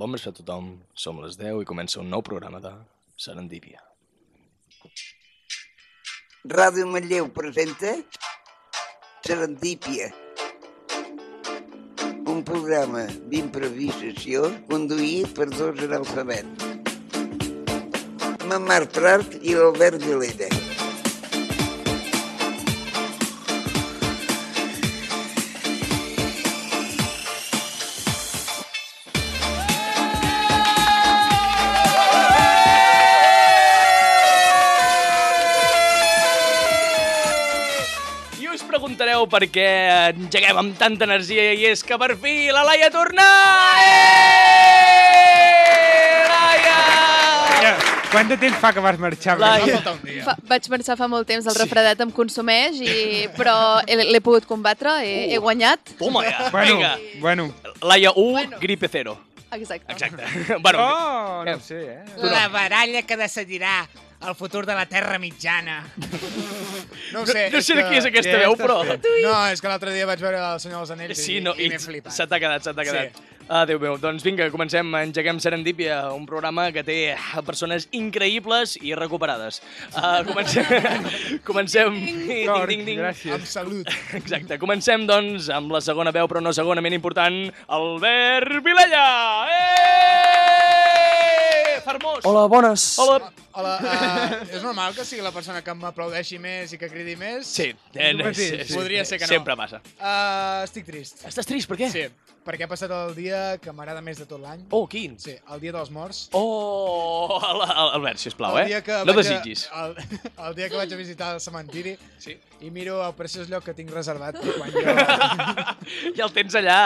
Bon vespre a tothom, som a les 10 i comença un nou programa de Serendípia. Ràdio Manlleu presenta Serendípia, un programa d'improvisació conduït per dos analfabets, Mamar Prat i l'Albert Vilera. I us preguntareu per què engeguem amb tanta energia i és que per fi la Laia ha tornat! Eh! Laia! Ja, Quant de temps fa que vas marxar? Laia. Fa, vaig marxar fa molt temps, el refredat em consumeix, i, però he- l'he pogut combatre, he, he guanyat. Toma ja, Bueno, vinga! bueno. Laia 1, Bueno. gripe 0. Exacte. Exacte. bueno, Oh, no ho sé, eh? La baralla que decidirà el futur de la Terra Mitjana. No ho sé. no sé de qui és aquesta Ja veu, està però... fet. No, és que l'altre dia vaig veure el Senyor dels Anells Sí, i, no, i i m'he flipat. se t'ha quedat, se t'ha Sí. quedat. Adéu meu, doncs vinga, comencem, engeguem Serendípia, un programa que té ah, persones increïbles i recuperades. Uh, comencem, comencem, ding, ding, Ah, ding. Amb Gràcies. salut. Exacte, comencem doncs amb la segona veu, però no segonament important, Albert Vilella! Eh! Fermós! Hola, bones. Hola! Hola, uh, és normal que sigui la persona que m'aplaudeixi més i que cridi més? Sí, eh, no, mateix, sí, sí, podria ser que no. Sempre passa. Uh, estic trist. Estàs trist, per què? Sí, perquè ha passat el dia que m'agrada més de tot l'any. Oh, quin? Sí, el dia dels morts. Oh, Al- Albert, sisplau, el eh? dia que No vaig a- desitgis. El, el dia que vaig a visitar el cementiri Sí. i miro el preciós lloc que tinc reservat per quan jo... ja el tens allà.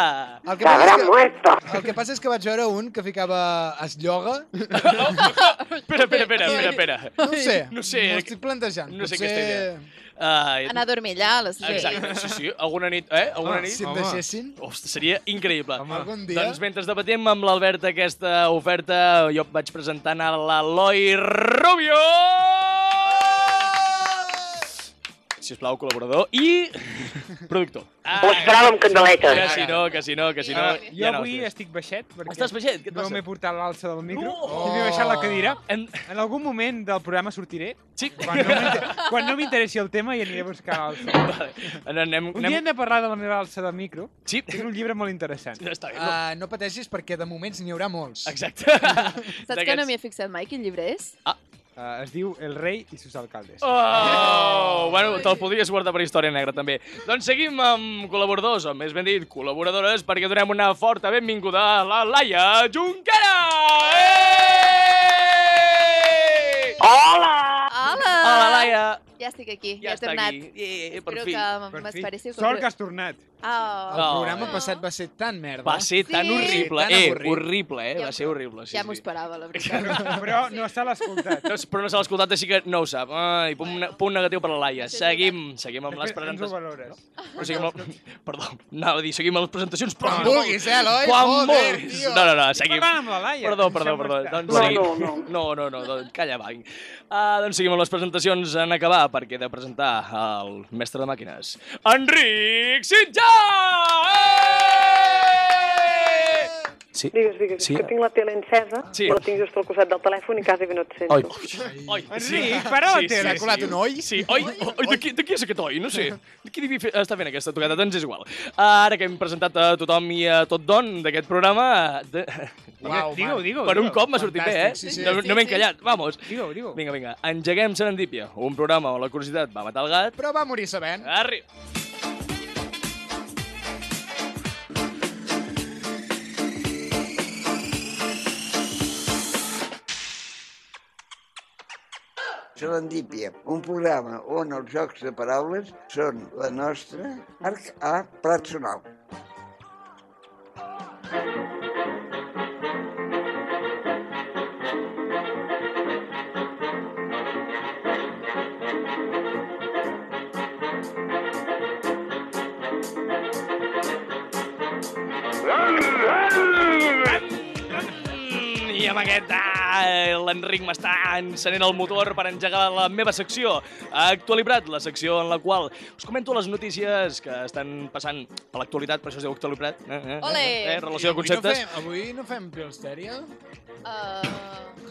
El que, passa és que, el que passa és que vaig veure un que ficava es lloga. Espera, espera, espera, espera, eh, espera. No ho sé. No sé. M'ho estic plantejant. No sé Potser- aquesta idea. Uh, Anar a dormir allà a les Exacte, sí, sí. Alguna nit, eh? Alguna Ah, nit. Si et Home. deixessin... Ostres, seria increïble. Home. Algun dia. Doncs mentre debatem amb l'Albert aquesta oferta, jo vaig presentant a l'Eloi Rubio! Si us plau, col·laborador i productor. Ah, Ho esperava amb candeletes. Que si no, que si no, que si no. Ah, jo no, avui ostres. estic baixet perquè Estàs baixet? Què et no passa? m'he portat l'alça del micro No! i m'he baixat la cadira. Hem... En algun moment del programa sortiré, Sí. quan no m'inter- quan no m'interessi el tema i aniré a buscar l'alça. Vale. Anem, Un dia anem... hem de parlar de la meva alça del micro. Sí. Tinc un llibre molt interessant. Està bé. Ah. no? Uh, no pateixis perquè de moments n'hi haurà molts. Exacte. Saps que no m'hi he fixat mai quin llibre és? Uh, es diu El rei i sus alcaldes. Oh! Bueno, te'l podries guardar per Història Negra, també. Doncs seguim amb col·laboradors, o més ben dit, col·laboradores, perquè donem una forta benvinguda a la Laia Junquera! Eh! Hola! Hola! Hola, Laia! Ja estic aquí, Ja ja, he està tornat. aquí. Eh, per Espero fi. que Per fi. m'esperéssiu. Sort que has tornat. El Oh. No. programa Oh. passat va ser tan merda. Va ser tan Sí. horrible, Tan eh? avorrit. Horrible, eh? Ja Va m'ho- ser horrible, sí, Ja m'ho sí. esperava, la veritat. Però no se l'ha escoltat. No, però no s'ha escoltat, així que no ho sap. Ai, punt, ne- punt negatiu per a la Laia. Això és veritat. Seguim, seguim amb les Després ens ho presentacions. valores. O sigui, amb el... Perdó, anava a dir, seguim amb les presentacions, però... Quan no. vulguis, eh, Eloi? Quan Joder, vulguis. tio. No, no, no, Estic seguim. parlant amb la Laia. Perdó, em perdó, sembla perdó. estar. Doncs No, seguim. no, no. no, no, no doncs calla, va. Uh, doncs seguim amb les presentacions en acabar, perquè he de presentar el mestre de màquines, Enric Sitjà! Eh! Sí. Digues, digues, Sí. sí. que tinc la tele encesa, Sí. sí. però tinc just al costat del telèfon i quasi bé no et sento. Ai, Oi, Enric, per on t'he S'ha colat un oi? Sí, oi, oi, de qui, de qui és aquest oi? No sé. De qui devia fer, està fent aquesta tocada? Doncs és igual. Ara que hem presentat a tothom i a tot don d'aquest programa... De... Uau, Digue-ho, Marc. digue-ho. Per un digue-ho. cop m'ha sortit bé, eh? Fantàstic, sí, sí. No, no m'he Sí, sí. encallat, vamos. Digue-ho, digue-ho. Vinga, vinga, engeguem Serendípia, un programa on la curiositat va matar el gat. Però va morir sabent. Arri! Serendípia, un programa on els jocs de paraules són la nostra arc a plat sonal. Mm, I i amb aquest... Ah, L'Enric m'està encenent el motor per engegar la meva secció. Actualiprat, la secció en la qual us comento les notícies que estan passant per l'actualitat, per això es diu Actualiprat. Eh, eh, Ole! Eh, eh, relació de avui no conceptes. fem, avui no fem pilstèria? Uh,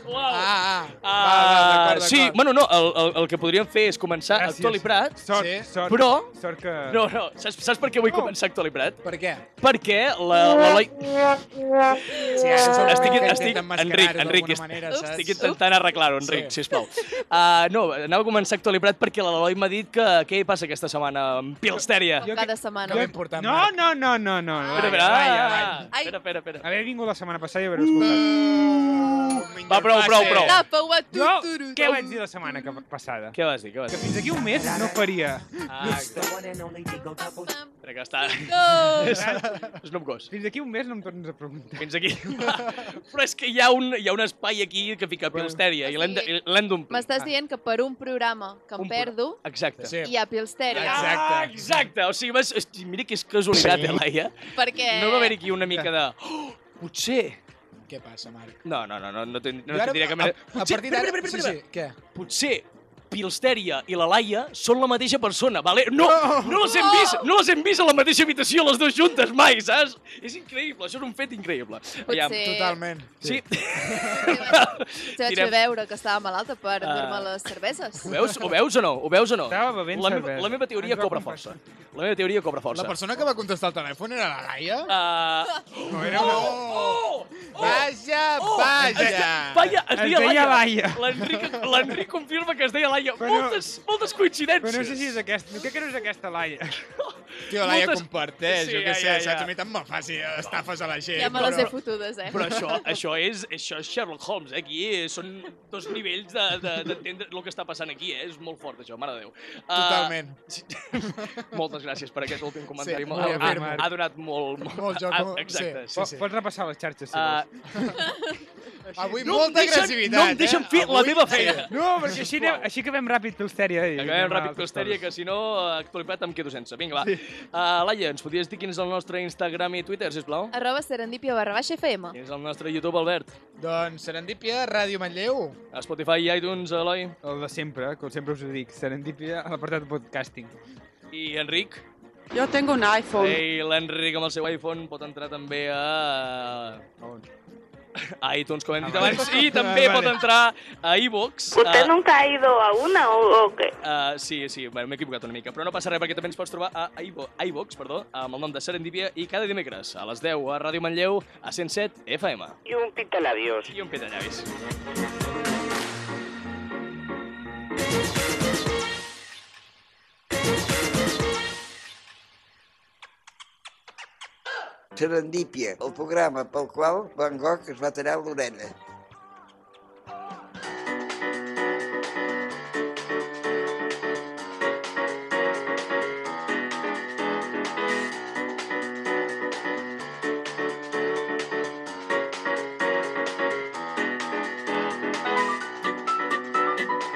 Uau! Ah, ah, va, va, Ah, d'acord, sí, d'acord. bueno, no, el, el, el que podríem fer és començar Gràcies. Actualiprat. Sort, Sí. sort, Però- Sort que... No, no, saps, saps per què vull No. començar Actualiprat? Per què? Perquè la, la, la... Sí, ara és el Estic- que estic- intenten mascarar-ho Enric, d'alguna Enric, est- manera, Ups. saps? Estic intentant arreglar-ho, Enric, sí. Sí. sisplau. Uh, no, anava a començar Actualiprat perquè l'Eloi m'ha dit que què hi passa aquesta setmana amb Pilstèria. Jo cada que- setmana. No m'importa, No, Marc. no, no, no, no. Espera, espera, ah, Ai. espera, espera, espera. Haver vingut la setmana passada i haver escoltat. Va, prou, prou, prou. Tapa, what, tu, No, tu, tu. què vaig dir la setmana que passada? Què vas dir, què vas Que dir? fins aquí un mes no faria. Ah, espera, que està... Dos. És Snoop Ghost. Fins aquí un mes no em tornes a preguntar. Fins aquí. Però és que hi ha un, hi ha un espai aquí que fica Pilstèria i l'hem de- i l'hem d'omplir. M'estàs dient que per un programa que em Un perdo, Exacte. Sí. hi ha pilstèria. Exacte. Ah, exacte. O sigui, vas... Hosti, mira que és casualitat, sí. Elaia. Perquè... No va haver aquí una mica de... Oh, potser... Què passa, Marc? No, no, no, no, no, ten, no Jo ara- tindria cap a, mena... a Potser, partir espera, d'ara... espera, Sí, espera, sí, espera. què? potser Pilstèria i la Laia són la mateixa persona, vale? No, no les hem vist, no les hem vist a la mateixa habitació les dues juntes mai, saps? És increïble, això és un fet increïble. Potser... Totalment. Sí. Potser vaig fer veure que estava malalta per Ah. dur-me les cerveses. Ho veus, ho veus o no? Ho veus o no? Estava bevent la, meva, cervesa. la meva teoria Ens va cobra força. confessar. La meva teoria cobra força. La persona que va contestar el telèfon era la Laia? Uh, No, era oh, oh, Eh, oh, Vaja, oh, vaja! Es, vaia, es, Es deia deia Laia. Laia. L'Enric l'Enric confirma que es deia Laia. Però- moltes, moltes coincidències. Però no sé si és aquesta... Crec que no és aquesta, Laia. Tio, Laia moltes- comparteix, Sí, jo ja, què sé, ja, ja. saps? A mi tant me fa si estafes a la gent. Ja me les he fotudes, eh? Però això, això, és, això és Sherlock Holmes, eh? aquí eh, són dos nivells d'entendre de, d'entendre el que està passant aquí, eh? és molt fort això, mare de Déu. Uh, Totalment. Sí. Moltes gràcies per aquest últim comentari, Sí, molt, volia ha, fer-ho. ha donat molt... molt, Molt joc, ah, molt- exacte, sí, sí. Po- sí. Pots repassar les xarxes, si vols. Uh, Avui No em molta deixen- agressivitat, no em deixen eh? fer la Avui- meva feina. No, perquè així, anem, així acabem ràpid Pilstèria. i anem acabem a ràpid altres Costèria, que coses. si no, eh, actualitat em quedo sense. Vinga, va. Sí. Uh, Laia, ens podries dir quin és el nostre Instagram i Twitter, sisplau? Arroba serendipia barra baixa FM. Quin és el nostre YouTube, Albert? Doncs Serendipia, Ràdio Manlleu. A Spotify i iTunes, Eloi? El de sempre, com sempre us ho dic, serendipia a l'apartat de podcasting. I Enric? Yo tengo un iPhone. Ei, l'Enric amb el seu iPhone pot entrar també a... A iTunes, com hem dit Ah, vale. abans, i també Ah, pot vale. entrar a iVox. ¿Usted a- nunca ha ido a una o, o qué? Uh, sí, sí, bueno, m'he equivocat una mica, però no passa res perquè també ens pots trobar a iVo- iVox, perdó, amb el nom de Serendipia i cada dimecres a les 10 a Ràdio Manlleu a 107 FM. Y un pintalabios. I un petallavis. Serendípia, el programa pel qual Van Gogh es va tallar l'orella.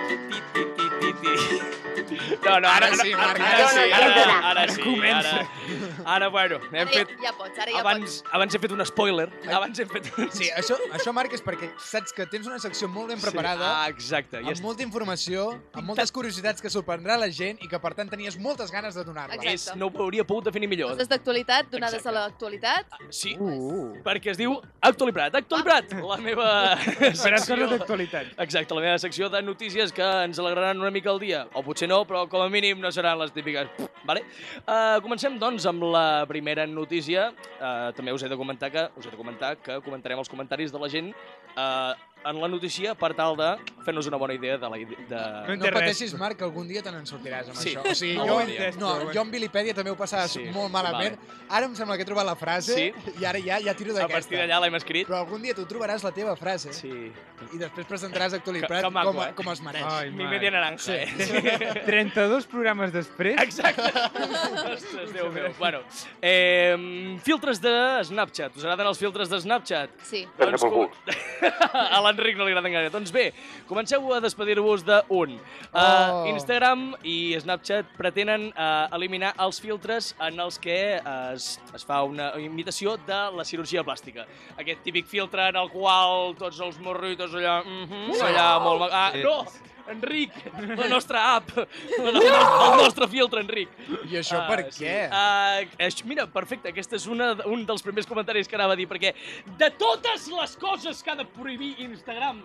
Ti, ti, ti, ti, ti. No, no, ara, Ara sí, Marc, ara, ara sí, sí, ara, ara. ara, ara sí, Comença. ara, ara, bueno, hem Ara ja, fet... ja pots, ara ja pots. Abans, abans he fet un spoiler, abans hem fet... un- Sí, això, això Marc, és perquè saps que tens una secció molt ben preparada, Ah, exacte, ja amb molta informació, amb moltes curiositats que sorprendrà la gent i que, per tant, tenies moltes ganes de donar-la. Exacte. és, no ho hauria pogut definir millor. Coses d'actualitat, donades Exacte. a l'actualitat. Sí, Mm, Uh. perquè es diu Actualiprat. Actualiprat, la meva Per les secció... coses d'actualitat. Exacte, la meva secció de notícies que ens alegraran una mica el dia. O potser no, però com a mínim no seran les típiques... Vale? Uh, comencem, doncs, amb la primera notícia. Uh, també us he de comentar que us he de comentar que comentarem els comentaris de la gent uh, en la notícia per tal de fer-nos una bona idea de la... ide- De... No No té res. pateixis, Marc, que algun dia te n'en sortiràs amb Sí, això. O sigui, algun jo, dia. no, jo amb Vilipèdia també ho passava Sí, molt malament. Ara em sembla que he trobat la frase Sí. i ara ja ja tiro A partir d'aquesta. d'allà l'hem escrit. Però algun dia tu trobaràs la teva frase Sí. i després presentaràs Que- Actualiprat que maco, com, a- eh? com es mereix. Ai, Mi Marc. media naranja, eh? 32 programes després... Exacte. Ostres, Déu meu. Bueno, eh, filtres de Snapchat. Us agraden els filtres de Snapchat? Sí. Doncs com... A la l'Enric no li agraden gaire. Doncs bé, comenceu a despedir-vos d'un. Uh, Oh. Instagram i Snapchat pretenen uh, eliminar els filtres en els que uh, es, es fa una imitació de la cirurgia plàstica. Aquest típic filtre en el qual tots els morritos allà... Mm -hmm, allà molt... ma- Ah, Sí. no! Enric, la nostra app, la no el nostre filtre, Enric. I això Ah, per sí. què? Ah, això, mira, perfecte, aquest és una, un dels primers comentaris que anava a dir, perquè de totes les coses que ha de prohibir Instagram,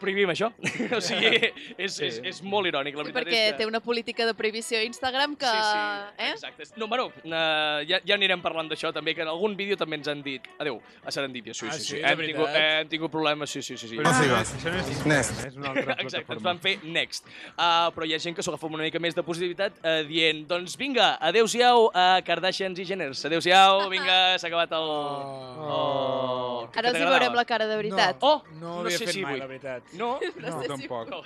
prohibim això. o sigui, és, és, és molt irònic, la Sí, veritat perquè és que... té una política de prohibició a Instagram que... Sí, sí, eh? exacte. No, bueno, eh, ja, ja anirem parlant d'això també, que en algun vídeo també ens han dit adeu, a Serendipia, sí, Ah, sí, sí, sí, de hem, tingut, veritat. hem tingut problemes, sí, sí, sí. sí. Però això, això no és Instagram, és una altra Exacte, ens plataforma. van fer next. Uh, però hi ha gent que s'ho agafa amb una mica més de positivitat uh, dient, doncs vinga, adeu-siau a Kardashians i Jenners. Adeu-siau, vinga, s'ha acabat el... Oh. Oh. que Ara els hi t'agradava. veurem la cara de veritat. No, Oh, no, no ho havia sé fet si mai, vull. la veritat. No? No, sé si- tampoc. No,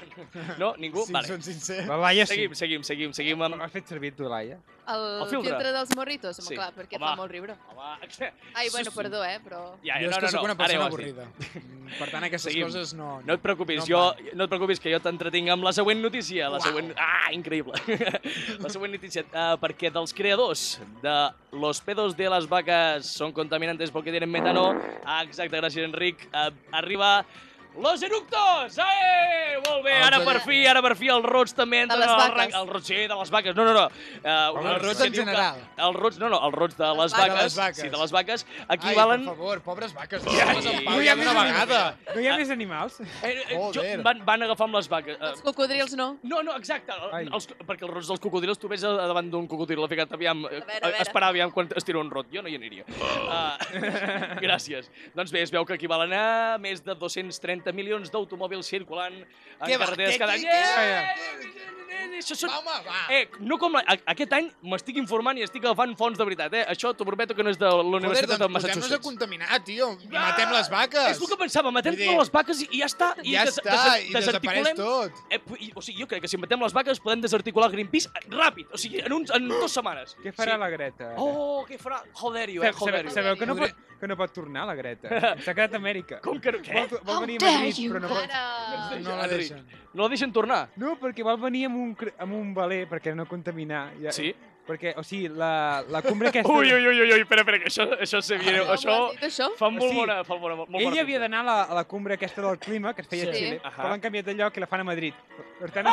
no ningú? Si vale. són sincers. La Laia sí. Seguim, seguim, seguim, seguim amb... L'has fet servir tu, Laia? El, El filtre. filtre. dels morritos, home, Sí. clar, perquè Home. fa molt riure. Home, Ai, Sí, bueno, sí. perdó, eh, però... Ja, ja, jo és no, que no, sóc no, una ara ja persona ho has dit. avorrida. Mm, Per tant, aquestes Seguim. coses no... No et preocupis, em jo, van. no et preocupis que jo t'entretinc amb la següent notícia. La següent... Ah, increïble. la següent notícia, uh, perquè dels creadors de Los pedos de las vacas son contaminantes porque tienen metano, ah, exacte, gràcies, Enric, uh, arriba Los eructos! Eh! Molt bé, Ah, Els ara per eructos. fi, ara per fi, els rots també entren les al vaques. rang... Els rots, sí, de les vaques. No, no, no. Uh, els rots en general. Els rots, no, no, els rots de les, vaques. vaques, De les vaques. Sí, de les vaques. Aquí Ai, valen... per favor, pobres vaques. Ai. deixeu-les en pau No hi ja ha d'una més vegada. Ah. No hi ha més animals? Eh, eh, jo, Joder. van, van agafar amb les vaques. eh, Els cocodrils no. No, no, exacte. el- Ai. Els, perquè els rots dels cocodrils tu vés a- davant d'un cocodril, l'ha ficat aviam, a veure, a veure. esperar aviam quan es tira un rot. Jo no hi aniria. Uh, gràcies. Doncs bé, es veu que equivalen a més de 230 milions d'automòbils circulant en Què va? carreteres Què- cada any. què- què- Eh, Això són... Va, home, va. Eh, no com la, a, aquest any m'estic informant i estic agafant fons de veritat, eh? Això t'ho prometo que no és de la Joder, Universitat doncs de posem-nos a Massachusetts. contaminar, tio. Matem les vaques. És el que pensava, matem Vull dir, totes les vaques i, i ja està. I Ja des- està, desen- i desapareix desarticulem- tot. Eh, pu- i- o sigui, jo crec que si matem les vaques podem desarticular Greenpeace eh, ràpid, o sigui, en, uns, en dues setmanes. Què farà la Greta? ara? Oh, què farà? Joderio, eh, Sa- Sabeu, joderio. sabeu que, no Podria- pot, que no pot tornar la Greta? S'ha quedat a Amèrica. Com que no? Què? Vol, vol venir a How dare Madrid, you, però no pot... Ara! No la Enric. deixen. No la deixen tornar? No, perquè vol venir amb un, cre- amb un veler, perquè no contaminar. Ja, Sí. Perquè, o sigui, la, la cumbre aquesta... Ui, ui, ui, ui, ui, espera, espera, que això, això se viene, Com això... ho has dit, això? Fa molt Sí. bona, fa bona, molt bona Ell havia pinta. d'anar a, la- a la cumbre aquesta del clima, que es feia a Sí. Xile, Ahà. però l'han canviat de lloc i la fan a Madrid. Per tant,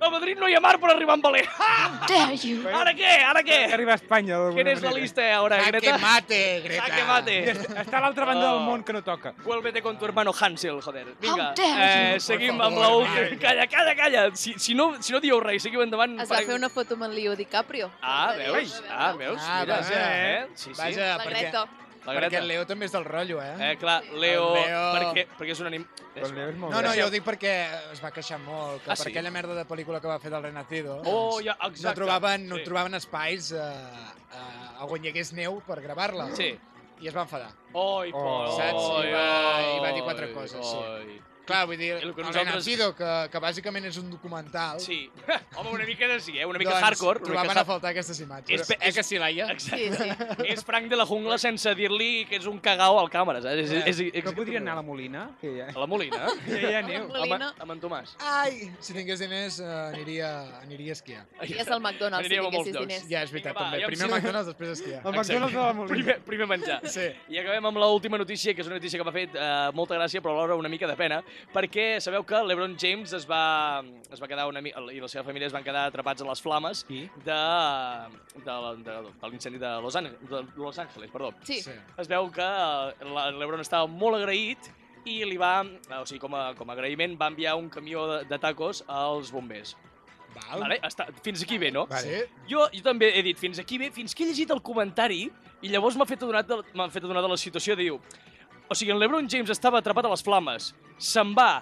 A Madrid no hi ha mar per arribar amb Valer. Ah! Dare you! Ara què? Ara què? que arriba a Espanya. d'alguna Quin és la manera. lista, ara, Ah, que Greta? mate, Greta. Jaque I mate. est- Està a l'altra banda Oh. del món que no toca. Vuélvete con tu hermano Hansel, joder. Vinga, How dare eh, seguim amb favor, la eh. última. Calla, calla, calla. Si, si, no, si no dieu res, seguim endavant. Es va fer una foto amb en Leo DiCaprio. Ah, L'altre dia, veus? va Ah, veure. veus? Ah, Mira, vaja, eh? Sí, sí. Vaja, La perquè, Greta. La perquè Greta. el Leo també és del rotllo, eh? Eh, clar, Leo... El Leo. Perquè, perquè és un anim... Però el Leo és molt No, no, gran. jo ho dic perquè es va queixar molt, que Ah, per sí? aquella merda de pel·lícula que va fer del Renacido Oh, ja, doncs, no, exacte. trobaven, no sí. trobaven espais eh, eh, a on hi hagués neu per gravar-la. Sí. I es va enfadar. Oi, Oh. por... Saps? I va- i va dir quatre oi, coses, sí. oi. Clar, vull dir, El que el nosaltres- Renacido, que, que bàsicament és un documental, Sí. Home, una mica de sí, eh? Una mica doncs hardcore. Una mica trobaven a hard... faltar aquestes imatges. És, és, que sí, Laia? Sí, Exacte. sí. és Frank de la jungla sense dir-li que és un cagao al càmera, saps? És, és, és, Però podria anar a la Molina, que ja, A la Molina? ja hi ha neu. Molina. Molina. Amb, amb en Tomàs. Ai, si tingués diners eh, aniria, aniria a esquiar. I és el McDonald's, si Aniríem a molts tinguessis llocs. diners. Ja, és Vinga, veritat, va, també. aviam Primer si- McDonald's, després esquiar. El McDonald's de la Molina. Primer, primer menjar. Sí. I acabem amb l'última notícia, que és una notícia que m'ha fet eh, molta gràcia, però alhora una mica de pena, perquè sabeu que l'Ebron James es va, es va quedar una mi- i la seva família es van quedar atrapats a les flames de, de, la- de, de l'incendi de Los, Angeles, de Los Angeles. Perdó. Sí. Sí. Es veu que eh, la- l'Ebron estava molt agraït i li va, eh, o sigui, com a, com a agraïment, va enviar un camió de, de tacos als bombers. Val. Vale? Està, fins aquí bé, no? Sí. Jo, jo també he dit fins aquí bé, fins que he llegit el comentari i llavors m'ha fet adonar de, m'ha fet adonar de la situació, diu... O sigui, en l'Ebron James estava atrapat a les flames, se'n va,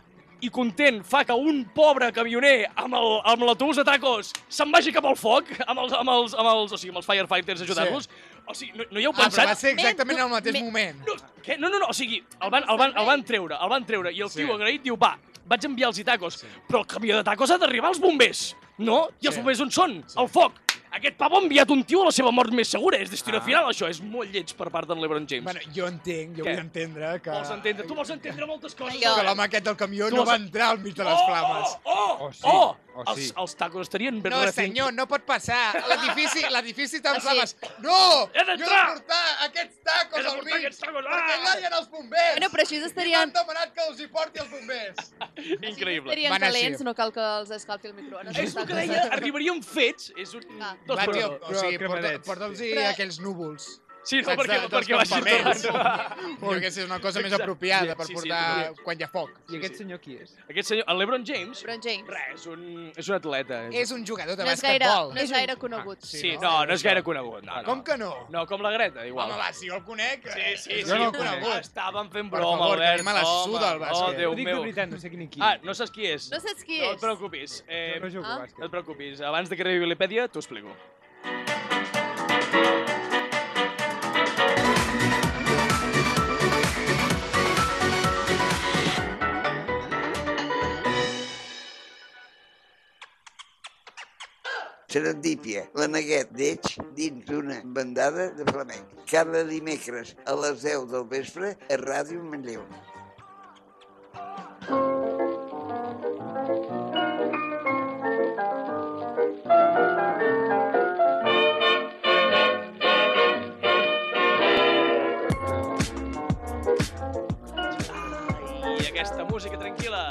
i content fa que un pobre camioner amb el- amb l'autobús de tacos se'n vagi cap al foc, amb els, amb els, amb els, o sigui, amb els firefighters ajudant-los. O sigui, no, no hi heu Ah, però pensat? va ser exactament Me- al mateix me- moment. No, què? No, no, no, o sigui, el van, el van, el van treure, el van treure, i el Sí. tio agraït diu, va, vaig enviar els tacos, però el camió de tacos ha d'arribar als bombers, no? I els Sí. bombers on són? Al foc. Aquest pavo ha enviat un tio a la seva mort més segura. És destino ah. final, això. És molt lleig per part del LeBron James. Bueno, jo entenc, jo Què? vull entendre que... Vols entendre? Tu vols entendre moltes coses. Jo- Que l'home aquest del camió Tu no vols- va entrar al mig de les flames. Oh, oh, oh, Oh, sí, oh, oh, oh, oh, sí. els, els tacos estarien ben No, refin- senyor, no pot passar. L'edifici l'edifici està en Així. flames. No! He d'entrar! Jo he de portar aquests He tacos de al portar mig. aquests tacos, ah! Perquè allà hi ha els bombers. Bueno, però així I m'han estarien, demanat que els hi porti els bombers. Increïble. estarien Van així. calents, no cal que els escalfi el microones. És el que deia, arribarien fets. És un... Ah. Dos Va, per tio, un. o sigui, Però cremadets, porta'ls sí. Però- aquells núvols. Sí, no, saps, perquè, de- dels perquè vagi campaments. tornant. Jo que sé, és una cosa més Exacte. apropiada per Sí, sí, portar sí. quan hi ha foc. I aquest sí. senyor qui és? Aquest senyor, el LeBron James, Però en James, res, és un, és un atleta. És un jugador de no és gaire, basquetbol. no és gaire conegut. Sí, no, no és gaire conegut. No, no. Com que no? No, com la Greta, igual. Home, va, si jo el conec. Sí, sí, sí. Jo no el Ah, conec. Estàvem fent Per broma, favor, que a mi Albert. me la home. suda el Oh, bàsquet. Déu Eh, Ho dic meu. de veritat, no sé ni qui. Ah, no saps qui és? No saps qui No et és? preocupis. Eh, Jo no jugo ah. a no et bàsquet. preocupis. Abans de que arribi Wikipedia, t'ho explico. Serendípia, la neguet d'Eix dins d'una bandada de flamenc. Cada dimecres a les 10 del vespre a Ràdio Manlleu. I aquesta música tranquil·la.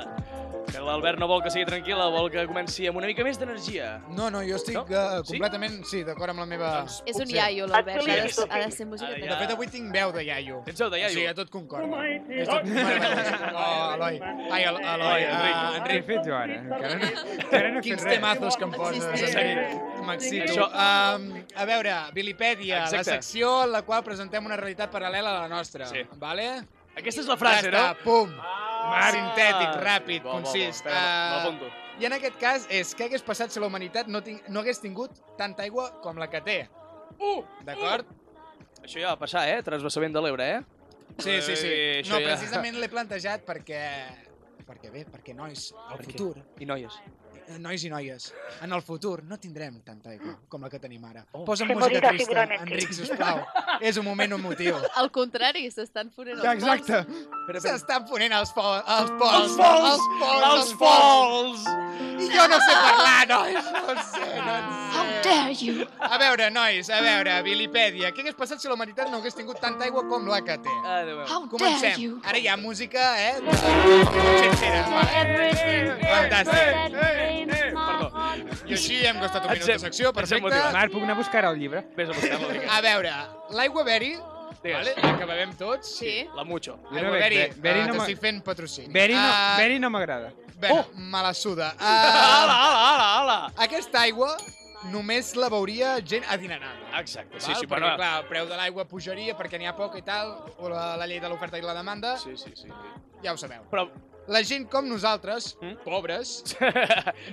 Que l'Albert no vol que sigui tranquil·la, vol que comenci amb una mica més d'energia. No, no, jo estic No? eh, Sí? completament, sí, d'acord amb la meva... És un Sí. iaio, l'Albert, ha, de- ha de ser Ara música. ja. De fet, avui tinc veu de iaio. Tens el de iaio? Sí, a tot concorda. És Oh, tot concorda. Oh, Eloi. Ai, el- Ai, Eloi. ah, Què he Enric. fet jo ara? Encara no- Encara no he Quins fet res. temazos que em poses, Existeix. Enric. M'excito. Això- Um, a veure, Vilipèdia, la Exacte. secció en la qual presentem una realitat paral·lela a la nostra. Sí. Vale? Aquesta és la frase, no? Ja està, pum. Ah! Sintètic, ràpid, Bo, bo, bo. concís. Ah. Espera, me- me l'apunto. I en aquest cas és què hagués passat si la humanitat no, ting no hagués tingut tanta aigua com la que té. Uh! D'acord? Això ja va passar, eh? Transvasament de l'Ebre, eh? Sí, sí, sí. Eh, això No, ja- precisament l'he plantejat perquè... Perquè bé, perquè nois, al Perquè- futur, I noies. eh, nois i noies, en el futur no tindrem tanta aigua com la que tenim ara. Oh. Posa'm Que música bonita trista, figura, Nancy. Enric, sisplau. És un moment emotiu. Al contrari, s'estan fonent els pols. Exacte. S'estan ponent els pols, els pols, Els pols! els pols, Els pols! I jo no sé parlar, nois, no en sé, no en How sé. dare you! A veure, nois, a veure, Vilipèdia, què hagués passat si la humanitat no hagués tingut tanta aigua com la que té? Adéu. How dare Comencem. you! Ara hi ha música, eh? Sincera. Fantàstic. Perdó. I així hem gastat un minut de Ens secció, hem perfecte. motivat. Marc, puc anar a buscar ara el llibre? Vés a buscar-la, vinga. A veure, l'aigua Berry, vale? Digues. la que bevem tots. Sí. La Mucho. Jo no Aigua veig, Berry, Be- Berry ah, no t'estic m'ag- fent patrocini. Berry no, Ah, Berry no m'agrada. bé, me la suda. Ah, Oh! Ala, ala, ala, ala! Aquesta aigua només la veuria gent adinerada. Exacte, sí, val? sí, perquè, però... clar, el preu de l'aigua pujaria perquè n'hi ha poc i tal, o la, la llei de l'oferta i la demanda, Sí, sí, sí. ja ho sabeu. Però... La gent com nosaltres, Mm? pobres,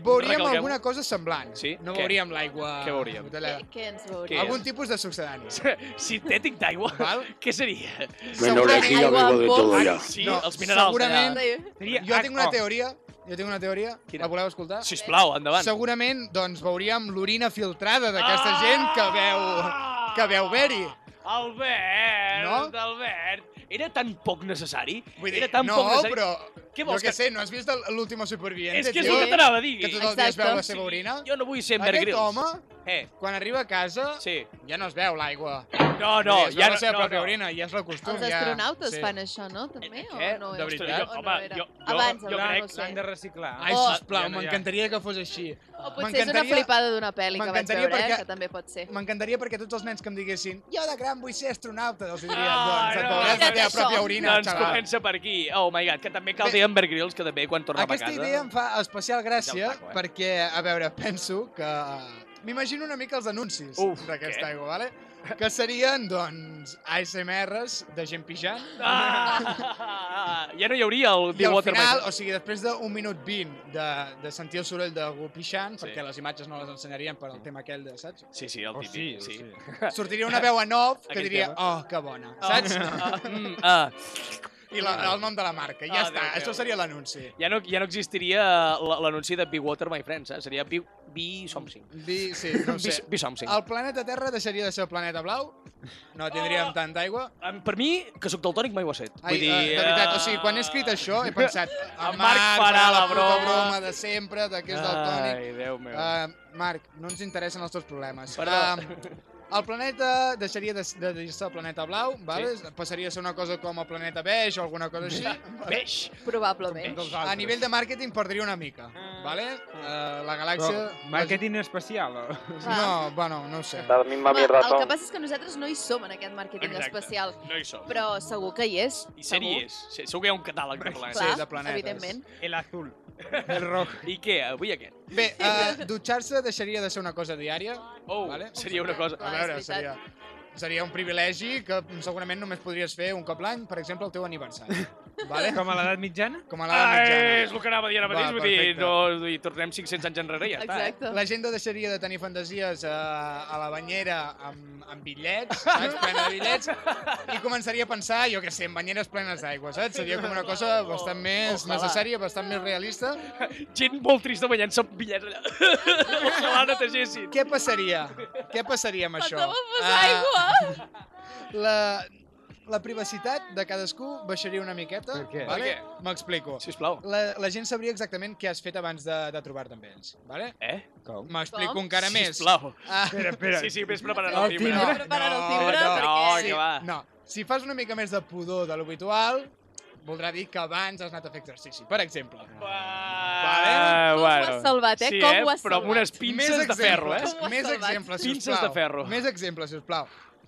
veuríem Recalquem-ho. alguna cosa semblant. Sí? No Què? veuríem l'aigua... Què veuríem? Què, embotellada. què ens Què? veurem? Algun tipus de succedani. Sintètic d'aigua? Val. Què seria? Bueno, les Segurament digo que aigua hago de en todo boca. ya. Sí, No, els minerals segurament- Seria Jo tinc una H.O. teoria, jo tinc una teoria, Quina? la voleu escoltar? allà. Sisplau, endavant. Segurament, doncs, veuríem l'orina filtrada d'aquesta Ah! gent que veu... que veu Beri. Albert, No? Albert. Era tan poc necessari? Vull dir, Era tan no, poc necessari? però... Què jo vols que que- sé, no has vist el- l'último superviviente, És que és tio? el que t'anava a dir. Que tot el dia es veu Exacte. la seva orina? Jo no vull ser en Bear Aquest Grylls. home, Eh, quan arriba a casa, sí. ja no es veu l'aigua. No, no, Vull dir, es veu ja la no, seva no, pròpia no. orina, ja és la costum. Els ja. astronautes Sí. fan això, no? També? O Eh, Què? no De era? veritat? O no Home, era? jo- jo- Abans, jo Laura, crec- no ho S'han sé. de reciclar. Ai, O- sisplau, Oh. Ja, no, ja. m'encantaria que fos així. O potser és una M'encantaria- flipada d'una pel·li que vaig m'encantaria veure, eh? perquè- que també pot ser. M'encantaria perquè tots els nens que em diguessin jo de gran vull ser astronauta, els diria, Ah, doncs, et no. veuràs la Mira't teva això. pròpia orina, doncs xaval. comença per aquí. Oh my god, que també cal Bé, dir en Bear Grylls, que també quan torna Aquesta a casa... idea em fa especial gràcia Ja el taco, eh? perquè, a veure, penso que... eh, M'imagino una mica els anuncis Uf, què? d'aquesta aigua, vale? Que serien, doncs, ASMRs de gent pijant. Ah! Ja no hi hauria el I The al Waterman. final, o sigui, després d'un minut 20 de, de sentir el soroll d'algú pixant, Sí. perquè les imatges no les ensenyarien per al tema aquell de, saps? Sí, sí, el Oh, sí, típic, sí. sí. Sortiria una veu en off que Aquell diria, tema. oh, que bona, saps? Ah, mm, ah. i la, el nom de la marca. Ja Ah, està, Déu meu. això seria l'anunci. Ja no, ja no existiria l- l'anunci de Be Water, my friends, eh? Seria Be, be something. Di, sí, no ho sé. Be, be something. El planeta Terra deixaria de ser el planeta blau? No tindríem Ah! tanta aigua? Em- Per mi, que sóc daltònic, mai ho he set. ah. Ai, dir, de veritat, o sigui, quan he escrit això he pensat... En eh, Marc farà la puta broma. broma de sempre, de que és del tònic. Ai, Déu meu. Uh, Marc, no ens interessen els teus problemes. Perdó. el planeta deixaria de, de dir-se el planeta blau, vale? sí. passaria a ser una cosa com el planeta beige o alguna cosa així. Beix. Probablement. a nivell de màrqueting perdria una mica, Mm. vale? Uh, la galàxia... Però, Màrqueting especial. o? No, bueno, no ho sé. La misma Home, mierda el que son. passa és que nosaltres no hi som en aquest màrqueting Exacte. especial, No hi som. però segur que hi és. I sèrie segur. és. Se- Segur que hi ha un catàleg eh? de planes. Clar, Sí, de planetes. evidentment. El azul. El rojo. I què? Avui aquest? Bé, uh, dutxar-se deixaria de ser una cosa diària. Oh, Vale. seria una cosa... A Clar, veure, és seria, veritat. seria un privilegi que segurament només podries fer un cop l'any, per exemple, el teu aniversari. vale? Com a l'edat mitjana? Com a l'edat Ah, mitjana. és el que anava a dir ara Va, mateix, vull dir, perfecte. no, i tornem 500 anys enrere i ja està. eh? Exacte. La gent deixaria de tenir fantasies a, a la banyera amb, amb bitllets, saps? plena de bitllets, i començaria a pensar, jo què sé, en banyeres plenes d'aigua, saps? Seria com una cosa bastant més Ojalà. necessària, bastant més realista. Eh? Gent molt trista ballant-se amb bitllets allà. Ojalà netegessin. Què passaria? Què passaria amb això? Ah, Pensava Ah. posar aigua. La, la privacitat de cadascú baixaria una miqueta. Per què? Vale? Per M'explico. Sisplau. La, la gent sabria exactament què has fet abans de, de trobar-te amb ells, vale? Eh? Com? M'explico Com? encara més. Sisplau. Ah, Espera, espera. Sí, sí, vés preparant El el timbre. timbre. No, preparant el No, timbre, no, perquè... que va. No, si fas una mica més de pudor de l'habitual, voldrà dir que abans has anat a fer exercici, per exemple. Vale. Com ho has salvat, eh? Sí, Com eh? ho has Però amb salvat. unes pinces de ferro, eh? Com ho has Més salvat? exemples, sisplau. Pinces de ferro. Més exemples, sisplau.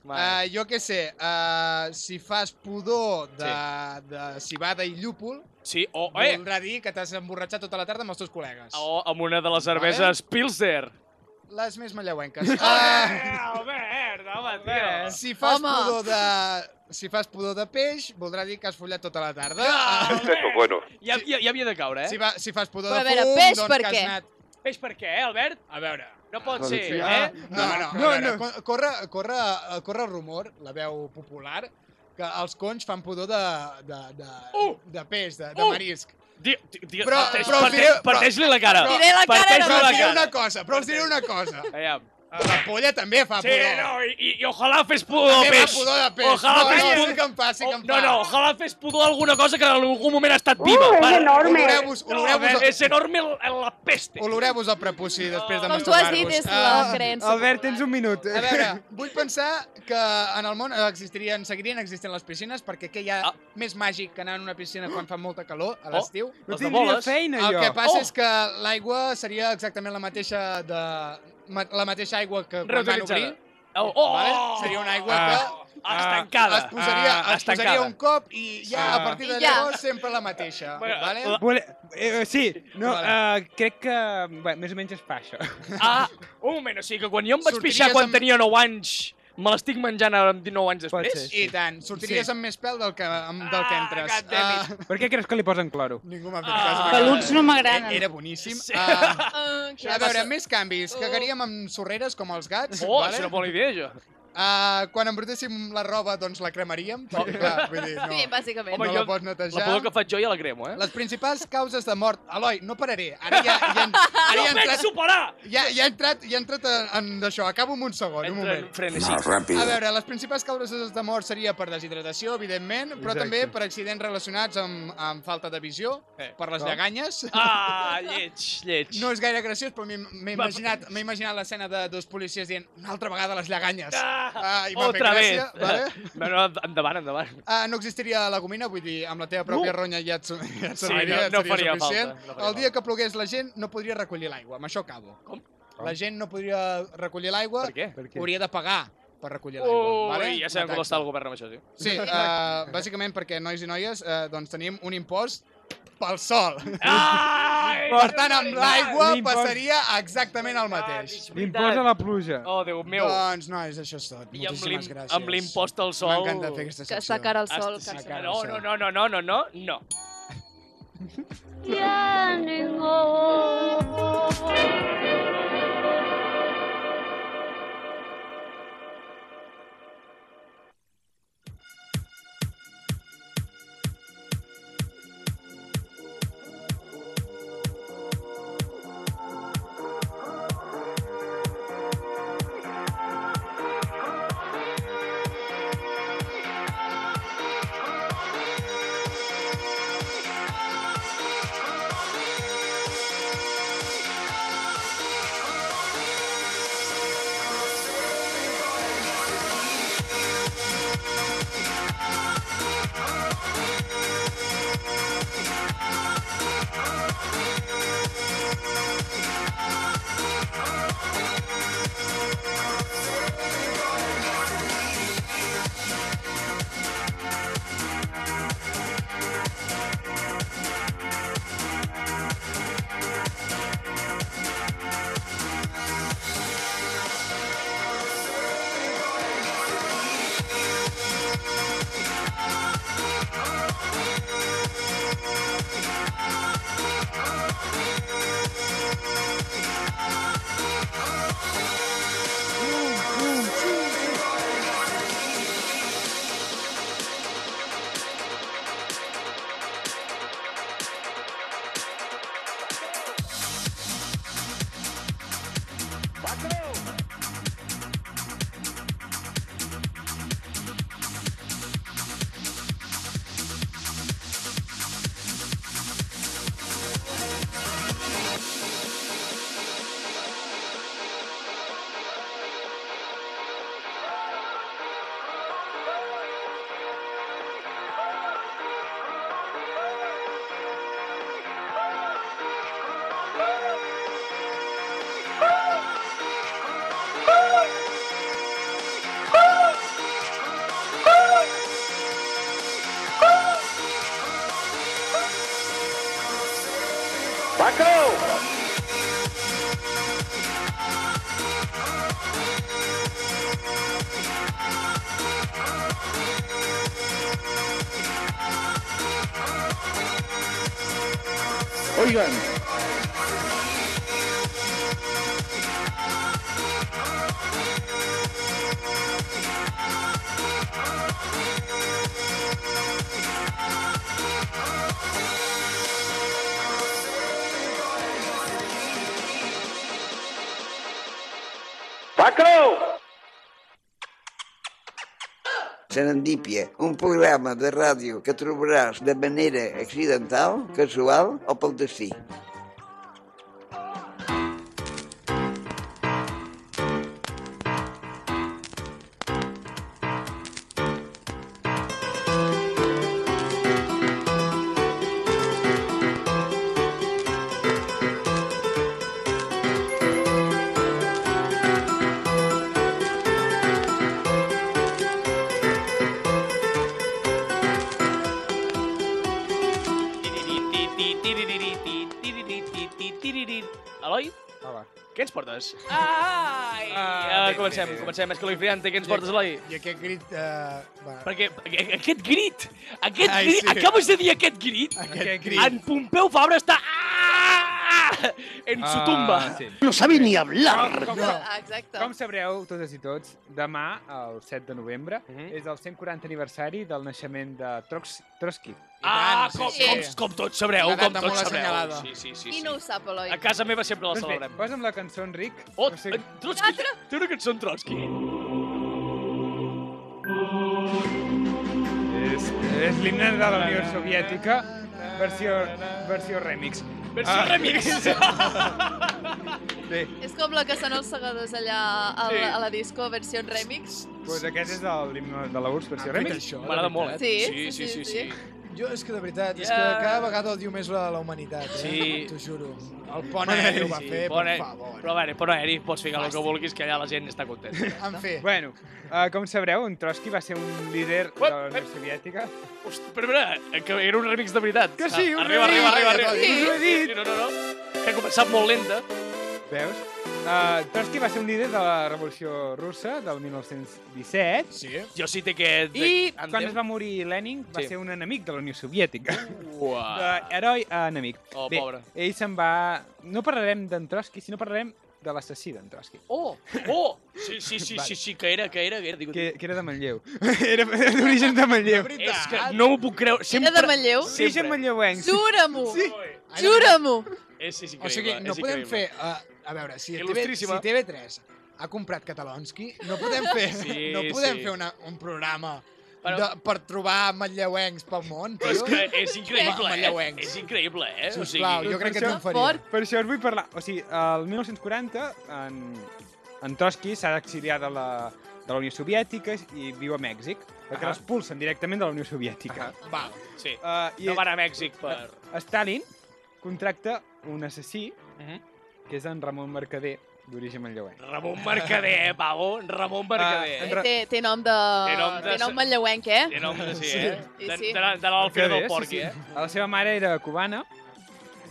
Vale. Uh, jo què sé, uh, si fas pudor de, de cibada i llúpol, Sí, o, eh, voldrà dir que t'has emborratxat tota la tarda amb els teus col·legues. o amb una de les cerveses Pilsner. Les més manlleuenques. Uh, Albert, home, tio. Eh, si fas Home. pudor de... Si fas pudor de peix, voldrà dir que has follat tota la tarda. Ah, Eso es bueno. Ja, ja, ja havia de caure, eh? si, va, si fas pudor Però a de veure, fum, peix doncs per que què? has anat... Peix per què, eh, Albert? A veure, No pot ser, Policia. eh? No, no, No, no, no. no. no. Corre, corre, eh, corre el rumor, la veu popular, que els conys fan pudor de, de, de, Uh! de peix, de, de Uh! marisc. Di, di, di, Però- parteix- però us parteix- diré- però- Parteix-li la cara. Us diré la cara, Però Parteix-li no. us la diré una cara. cosa, però us diré una cosa. Aviam. La polla també fa Sí, pudor. no, i, i, i ojalà fes pudor del També peix. fa pudor de peix. Ojalà No, fes no, pudor. sí que en fa, sí que en no, fa. no, ojalà fes pudor alguna cosa que en algun moment ha estat viva. Uh, es va. enorme. Oloreu-vos No, a oloreu veure, és enorme el- el- la peste. oloreu el prepuci després de Com tu has masturbar-vos. dit, és Ah, la creença. Albert, tens un minut. A veure, vull pensar que en el món existirien, seguirien existint les piscines perquè què hi ha Ah. més màgic que anar a una piscina quan fa molta calor a Oh. l'estiu? No Els de tindria boles. feina, El jo. que passa Oh. és que l'aigua seria exactament la mateixa de ma- la mateixa aigua que quan van obrir. Reutilitzada. Oh, oh, Vale? Seria una aigua Ah, que estancada. es posaria, Ah, es posaria estancada. un cop i ja Ah. a partir de I ja. llavors sempre la mateixa. Bueno, vale? la- Vole... Eh, eh, sí, no, Vale. eh, crec que... Bé, més o menys es fa, això. Ah, un moment, o sigui que quan jo em vaig Sortiries pixar quan amb- tenia 9 anys, me l'estic menjant ara amb 19 anys Pot després? ser. I tant, sortiries Sí. amb més pèl del que, amb, del que Ah, entres. God damn Ah, Per què creus que li posen cloro? ningú m'ha fet Ah. cas. Peluts no m'agraden. Eh, Era boníssim. Sí. Ah, Ah, a clar. veure, més canvis. Cagaríem amb sorreres com els gats. Oh, vale? és una bona idea, això. Ah, quan embrutéssim la roba, doncs la cremaríem. Perquè, clar, vull dir, no, Sí, bàsicament. no Home, la jo- pots netejar. La pudor que faig jo ja la cremo, eh? Les principals causes de mort... Eloi, no pararé. Ara ja, ja, ara ja, Ah, No ha penso entrat, parar! ja, ja ha entrat, ja ha entrat en, en això. Acabo amb un segon, un Entra en moment. frenesi. Más rápido. A veure, les principals causes de mort seria per deshidratació, evidentment, però Exacte. també per accidents relacionats amb, amb falta de visió, Eh, per les com? lleganyes. Ah, lleig, lleig. No és gaire graciós, però m'he m'he Va, imaginat, m'he imaginat l'escena de dos policies dient una altra vegada les lleganyes. Ah, Ah, i m'ha fet gràcia, vale? No, no, endavant, endavant. Ah, no existiria la gomina, vull dir, amb la teva pròpia ronya ja et, so- ja et Sí, sonaria, no- et no seria faria suficient. falta, no faria el dia que plogués la gent no podria recollir l'aigua, amb això acabo. Com? La gent no podria recollir l'aigua, Per què? Per què? hauria de pagar per recollir l'aigua. vale? Ui, ja sabem Una com taxa. està el govern amb això, tio. Sí, uh, bàsicament perquè, nois i noies, uh, doncs tenim un impost pel sol. Ai! Per tant, amb Ah, l'aigua L'impost- passaria exactament el mateix. L'impost a la pluja. Oh, Déu meu. Doncs, nois, això és tot. I amb Moltíssimes l'im- gràcies. amb l'impost al sol... M'encanta fer aquesta Que secció. està cara al sol. Hasta- cara al sol. No, no, no, no, no, no, no, no. Oigan. ¡Paco! Serendípia, un programa de ràdio que trobaràs de manera accidental, casual o pel destí. Eloi? Ah, Hola. Què ens portes? Ai! Ah, bé, comencem, bé, bé. comencem. Escoloi Friante, què ens portes, Eloi? I aquest crit... eh, va, Perquè a- aquest grit, aquest Ai, grit, sí. acabes de dir aquest grit? aquest crit. En Pompeu Fabra està ah, en su tumba. Ah, sí. No sabe ni hablar. Com, No. Ah, Exacte. com sabreu, totes i tots, demà, el 7 de novembre, Mhm. és el 140 aniversari del naixement de Trox, Trotsky. I Ah, tant, com, sí. com, com tots sabreu, Una com data tots molt sabreu. assenyalada. Sí, sí, sí, Qui sí. no ho sap, Eloi? A casa meva sempre la Doncs bé, celebrem. posa'm la cançó, Enric. Oh, No no sé- sé... Trotsky, L'altra? té una cançó en Trotsky. És, és l'himne de la Unió Soviètica, versió, versió remix. Versió Ah. remix. Bé, És com la que són els segadors allà a la, a la disco, versió remix. doncs aquest és el- l'himne de la Ah, URSS, versió Han fet remix. això, de M'agrada veritat. molt, eh? sí, Sí, sí, sí. sí. Jo, és que de veritat, és Ja. que cada vegada odio més la, la humanitat, eh? Sí. T'ho juro. El pont aeri ho va fer, bon per aeri. favor. Però a veure, però aeri, pots ficar el que vulguis, que allà la gent està contenta. En fi, Bueno, uh, com sabreu, en Trotsky va ser un líder de la Unió Soviètica. Hosti, però mira, que era un remix de veritat. Que sí, un arriba, remix. Arriba, arriba, Sí. arriba. Us ho he dit. No, no, no. Que ha començat molt lenta. Veus? Uh, Trotsky va ser un líder de la Revolució Russa del 1917 sí. Jo sí té aquest... i Em quan deu- es va morir Lenin va Sí. ser un enemic de la Unió Soviètica. Uah. Uh, heroi a enemic. Oh, Bé, pobre. ell se'n va... No parlarem d'en Trotsky, sinó parlarem de l'assassí d'en Trotsky, Oh, oh! Sí, sí, sí, Vale. sí, sí, que era, que era, que era. Digo, que, que era de Manlleu. era d'origen de Manlleu. És que no m'ho puc creure. Sempre... Era de Manlleu? Origen manlleuenc. Jura-m'ho! Sí. Ai, de Jura-m'ho! És, és O increïble, sigui, no és podem increïble. fer... Uh, a veure, si TV, si Il·lustríssima. TV3 ha comprat Catalonski, no podem fer, Sí, no podem sí. fer una, un programa Però- de, per trobar manlleuencs pel món, Però és tio. que és increïble, eh? Manlleuencs. És increïble, eh? O sigui, Sisplau, jo crec que per això- triomfaria. Fort. Per això us vull parlar. O sigui, el 1940 en, en Trotsky s'ha d'exiliar de la, de la Unió Soviètica i viu a Mèxic, perquè Ahà. l'expulsen directament de la Unió Soviètica. Va, sí. Uh, I No van a Mèxic per... Stalin contracta un assassí, Mhm. que és en Ramon Mercader, d'origen manlleuenc. Ramon Mercader, eh, Pavo? Ramon Mercader. en Uh, Ra- Té, té nom de... Té nom de- Té nom manlleuenc, eh? Té nom de sí, eh? Sí, De, sí. de, la- de l'Alfredo del Porqui, eh? La seva mare era cubana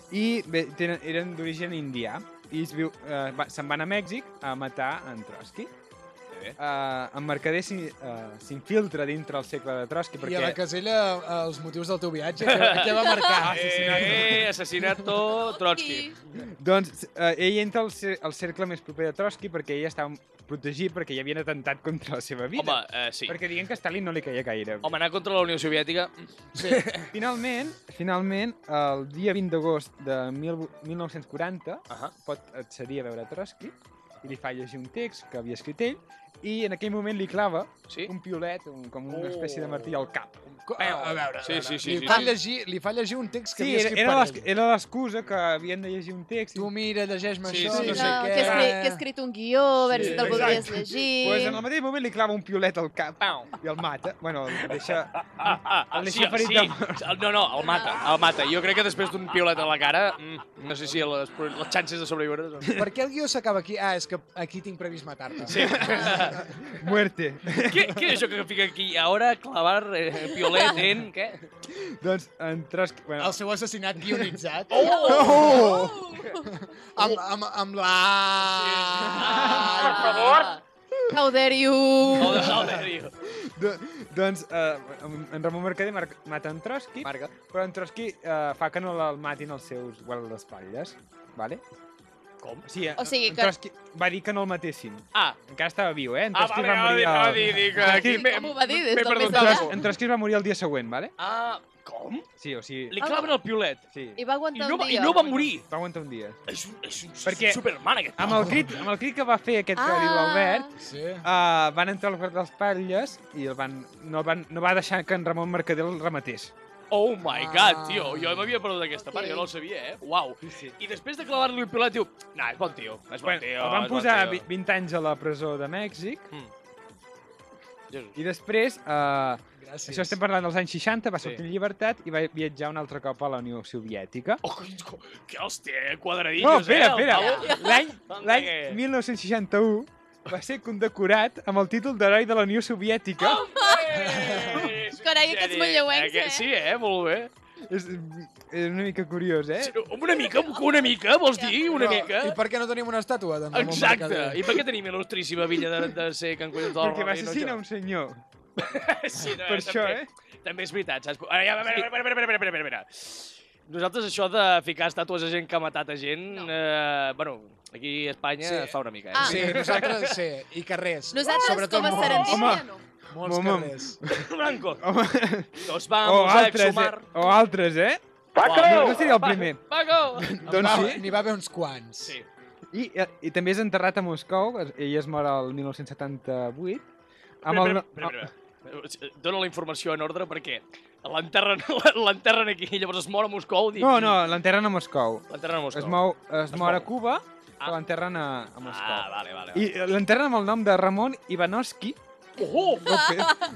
i bé, tenen, eren d'origen indià i es viu, eh, va, se'n van a Mèxic a matar en Trotsky. bé. Eh, en Mercader s'hi- eh, s'infiltra dintre el segle de Trotsky i a la perquè... casella eh, els motius del teu viatge, què, què va marcar? Eh, eh, assassinato Trotsky. Doncs eh, ell entra al, cer al cercle més proper de Trotsky perquè ell estava protegit perquè hi havien atentat contra la seva vida. Home, eh, sí. Perquè diguem que a Stalin no li caia gaire. Home, anar contra la Unió Soviètica... mm, Finalment, finalment, el dia 20 d'agost de mil- 1940 Ahà. pot accedir a veure Trotsky i li fa llegir un text que havia escrit ell i en aquell moment li clava Sí? un piolet, un, com una espècie de martí al cap. Co- A a veure, Sí, a veure. sí, sí, li, sí, fa sí. Llegir, li fa llegir un text que Sí, havia era, escrit era per l'ex- ell. era l'excusa que havien de llegir un text. Tu mira, llegeix-me Sí, això, sí, no sí. sé No, què... que, he escrit, que he escrit un guió, a veure Sí, si te'l exacte. voldries llegir... Pues en el mateix moment li clava un piolet al cap i el mata. Bueno, el deixa... Ah, ah, ah, El sí, deixa ferit sí. de El- No, no, el mata, el mata. Jo crec que després d'un piolet a la cara, mm, no sé si les, les xances de sobreviure... Són... Per què el guió s'acaba aquí? Ah, és que aquí tinc previst matar-te. Sí. Muerte. què, què és això que fica aquí? Ahora clavar eh, piolet en... Què? doncs en Trotsky... Bueno, El seu assassinat guionitzat. Oh! Amb, amb, amb la... Sí. Ah. How dare you! Joder, joder, tio. Do, doncs, eh, en Ramon Mercader mar- mata en Trotsky, Marga. però en Trotsky eh, fa que no el matin els seus guardes d'espatlles, vale? Com? Sí, eh, O sigui en que- Trotsky va dir que no el matessin. Ah, Encara estava viu, eh? En ah Trotsky vale, va dir, va dir, dic, eh. aquí m'he Com ho va dir des m'he del perdut més el enllà? fons. En Trotsky es va morir el dia següent, vale? Ah, com? Sí, o sigui... Li claven el piolet. Sí. I I va aguantar no, un va- dia. I no va morir. Va aguantar un dia. És un, és un Perquè- superman, aquest. Amb el crit, amb el crit que va fer aquest ah. que diu l'Albert, Sí. uh, van entrar al guarda d'espatlles i el van, no, el van, no va deixar que en Ramon Mercader el rematés. Oh my god, Ah. tio, jo m'havia perdut aquesta part, Ok. jo no el sabia, eh? Uau. Sí, sí. I després de clavar-li el pilat, diu, nah, és bon tio, és bon Bueno, tio. el van és bon posar tio." vi- 20 anys a la presó de Mèxic Jesús. i després, uh, Gràcies. això estem parlant dels anys 60, va Sí. sortir en llibertat i va viatjar un altre cop a la Unió Soviètica. Oh, co- que hòstia, eh? quadradillos, No, espera, eh? el espera. pavo. L'any Anda l'any que- 1961 va ser condecorat amb el títol d'heroi de la Unió Soviètica. Oh! Eh, és un Carai, aquests geni. manlleuencs, Aquest- eh? Sí, eh? Molt bé. És, és una mica curiós, eh? Sí, Una mica, una mica, vols dir? Una I mica? per què no tenim una estàtua d'en Ramon Exacte. Mercader? I per què tenim il·lustríssima villa de, de ser Can Collons del Perquè va Roc i no assassinar jo? un senyor. Sí, no, Per això, també, eh? També és veritat, saps? Ara, ja, a veure, a veure, a veure, a veure, a veure, a veure. Nosaltres això de ficar estàtues a gent que ha matat a gent, eh, bueno, aquí a Espanya Sí. es fa una mica, eh? Ah. Sí, nosaltres sí. I carrers. Nosaltres, Sobretot com a molts. Sarantino, ja no. Molts Home. carrers. Blanco, Home, nos vamos o a Oh, altres, eh? exhumar. O altres, eh? No, no seria el primer. Paco! Doncs Va, sí. N'hi va haver uns quants. Sí. I, I també és enterrat a Moscou, es- ell es mor el 1978. Amb el... Espera, no- espera, espera, espera. Dóna la informació en ordre perquè l'enterren l'enterren aquí i llavors es mor a Moscou. dic, No, no, l'enterren a Moscou. L'enterren a Moscou. Es, mou, es Es mor a mou. Cuba, Ah. però l'enterren a, a Moscou. Ah, vale, vale. vale. I l'enterren amb el nom de Ramon Ivanovski Oh, López.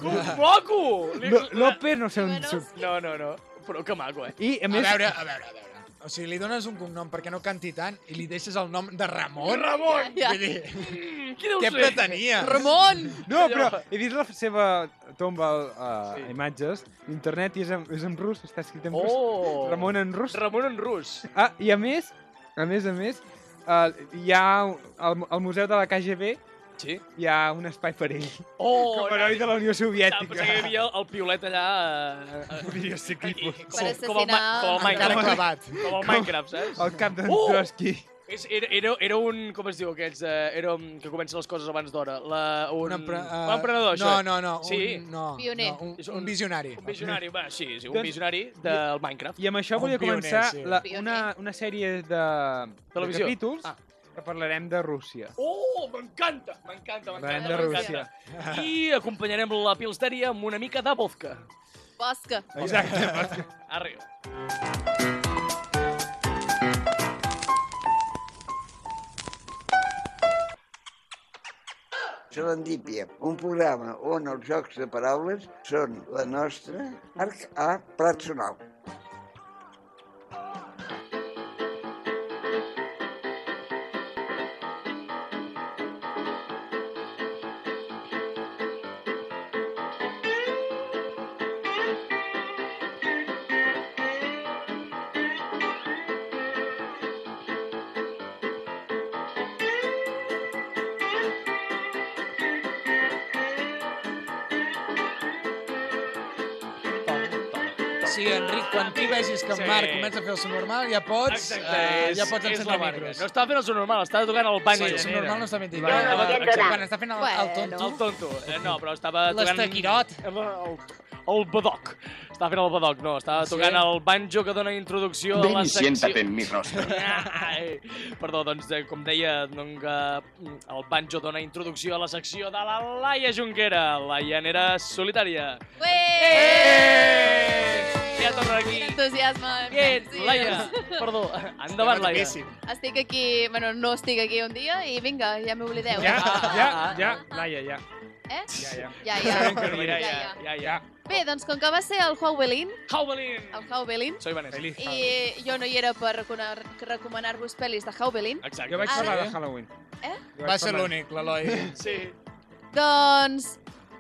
que maco! Li- Lo- López no sé on Ivanovski. surt. No, no, no. Però que maco, eh? I, a A més, veure, a veure, a veure. O sigui, li dones un cognom perquè no canti tant i li deixes el nom de Ramon. Oh, Ramon! Ja, ja. Vull dir, Mm, Qui deu què ser? pretenia? Ramon! No, Allò- però he vist la seva tomba uh, Sí. sí. a imatges d'internet i és en, és en rus, està escrit en rus. Oh! Ramon en rus. Ramon en rus. Ah, i a més, a més, a més, uh, hi ha al, al Museu de la KGB Sí. hi ha un espai per ell. Oh, Oh, com a heroi de la Ah, pensava que Unió hi Soviètica. havia el piolet allà... eh, eh, Podria ser i- Clifford. i- Per com, el, Ma- assassinar com el el Encara Minecraft. clavat. Com el Minecraft, saps? El cap d'en Oh! Trotsky. És, era, era, era un... Com es diu aquests? Eh, era un, que comencen les coses abans d'hora. La, un, Un, un, empre eh, emprenedor, no, això. No, no, Sí. Un, no, Pioner. no, un, És un- un visionari. Un visionari, va, sí, sí, un Doncs- visionari del Minecraft. I amb això Un volia pioner, començar sí. la, Pioner. una, una sèrie de, de Televisió. capítols Ah. que parlarem de Rússia. Oh, m'encanta, m'encanta, Parlarem m'encanta. de m'encanta. Rússia. I acompanyarem la Pilsteria amb una mica de vodka. Bosca. Exacte. Arriba. Serendípia, un programa on els jocs de paraules són la nostra arc a Prat Sonal. Sí, Enric, quan tu vegis que en Sí. Marc comença a fer el seu normal, ja pots, Ah, eh, ja pots encendre micros. No està fent el seu normal, està tocant el banc. Sí, el seu llanera. normal no està mentit. Va, va, va, va. Quan està fent el, el Bueno. tonto, El tonto. Eh, no, però estava tocant... L'estaquirot. El, el, el badoc. Estava fent el badoc, no. Estava Sí? tocant el banjo que dona introducció a la secció. en mi rostro. Ai, Perdó, doncs, eh, com deia, doncs, eh, el banjo dona introducció a la secció de la Laia Junquera, la llanera solitària. Eh! Ué! Ja torna aquí. Quin entusiasme. Bien, Sí. Laia, perdó, endavant, que Laia. toquéssim. Estic aquí, bueno, no estic aquí un dia i vinga, ja m'oblideu. Ja, Ah, ja, ah, ja, Laia, ja. Eh? Ja, ja. Ja, Ja, ja. ja, ja, ja, ja. Bé, doncs com que va ser el Juan Belín, Howlin! el Juan Belín, Soy Vanessa. Feliz Halloween. i jo no hi era per reconar- recomanar-vos pel·lis de Juan Belín, Exacte. Jo vaig Ara- parlar de Halloween. Ah, Eh? Jo va vaig ser parlar- l'únic, l'Eloi. Sí. doncs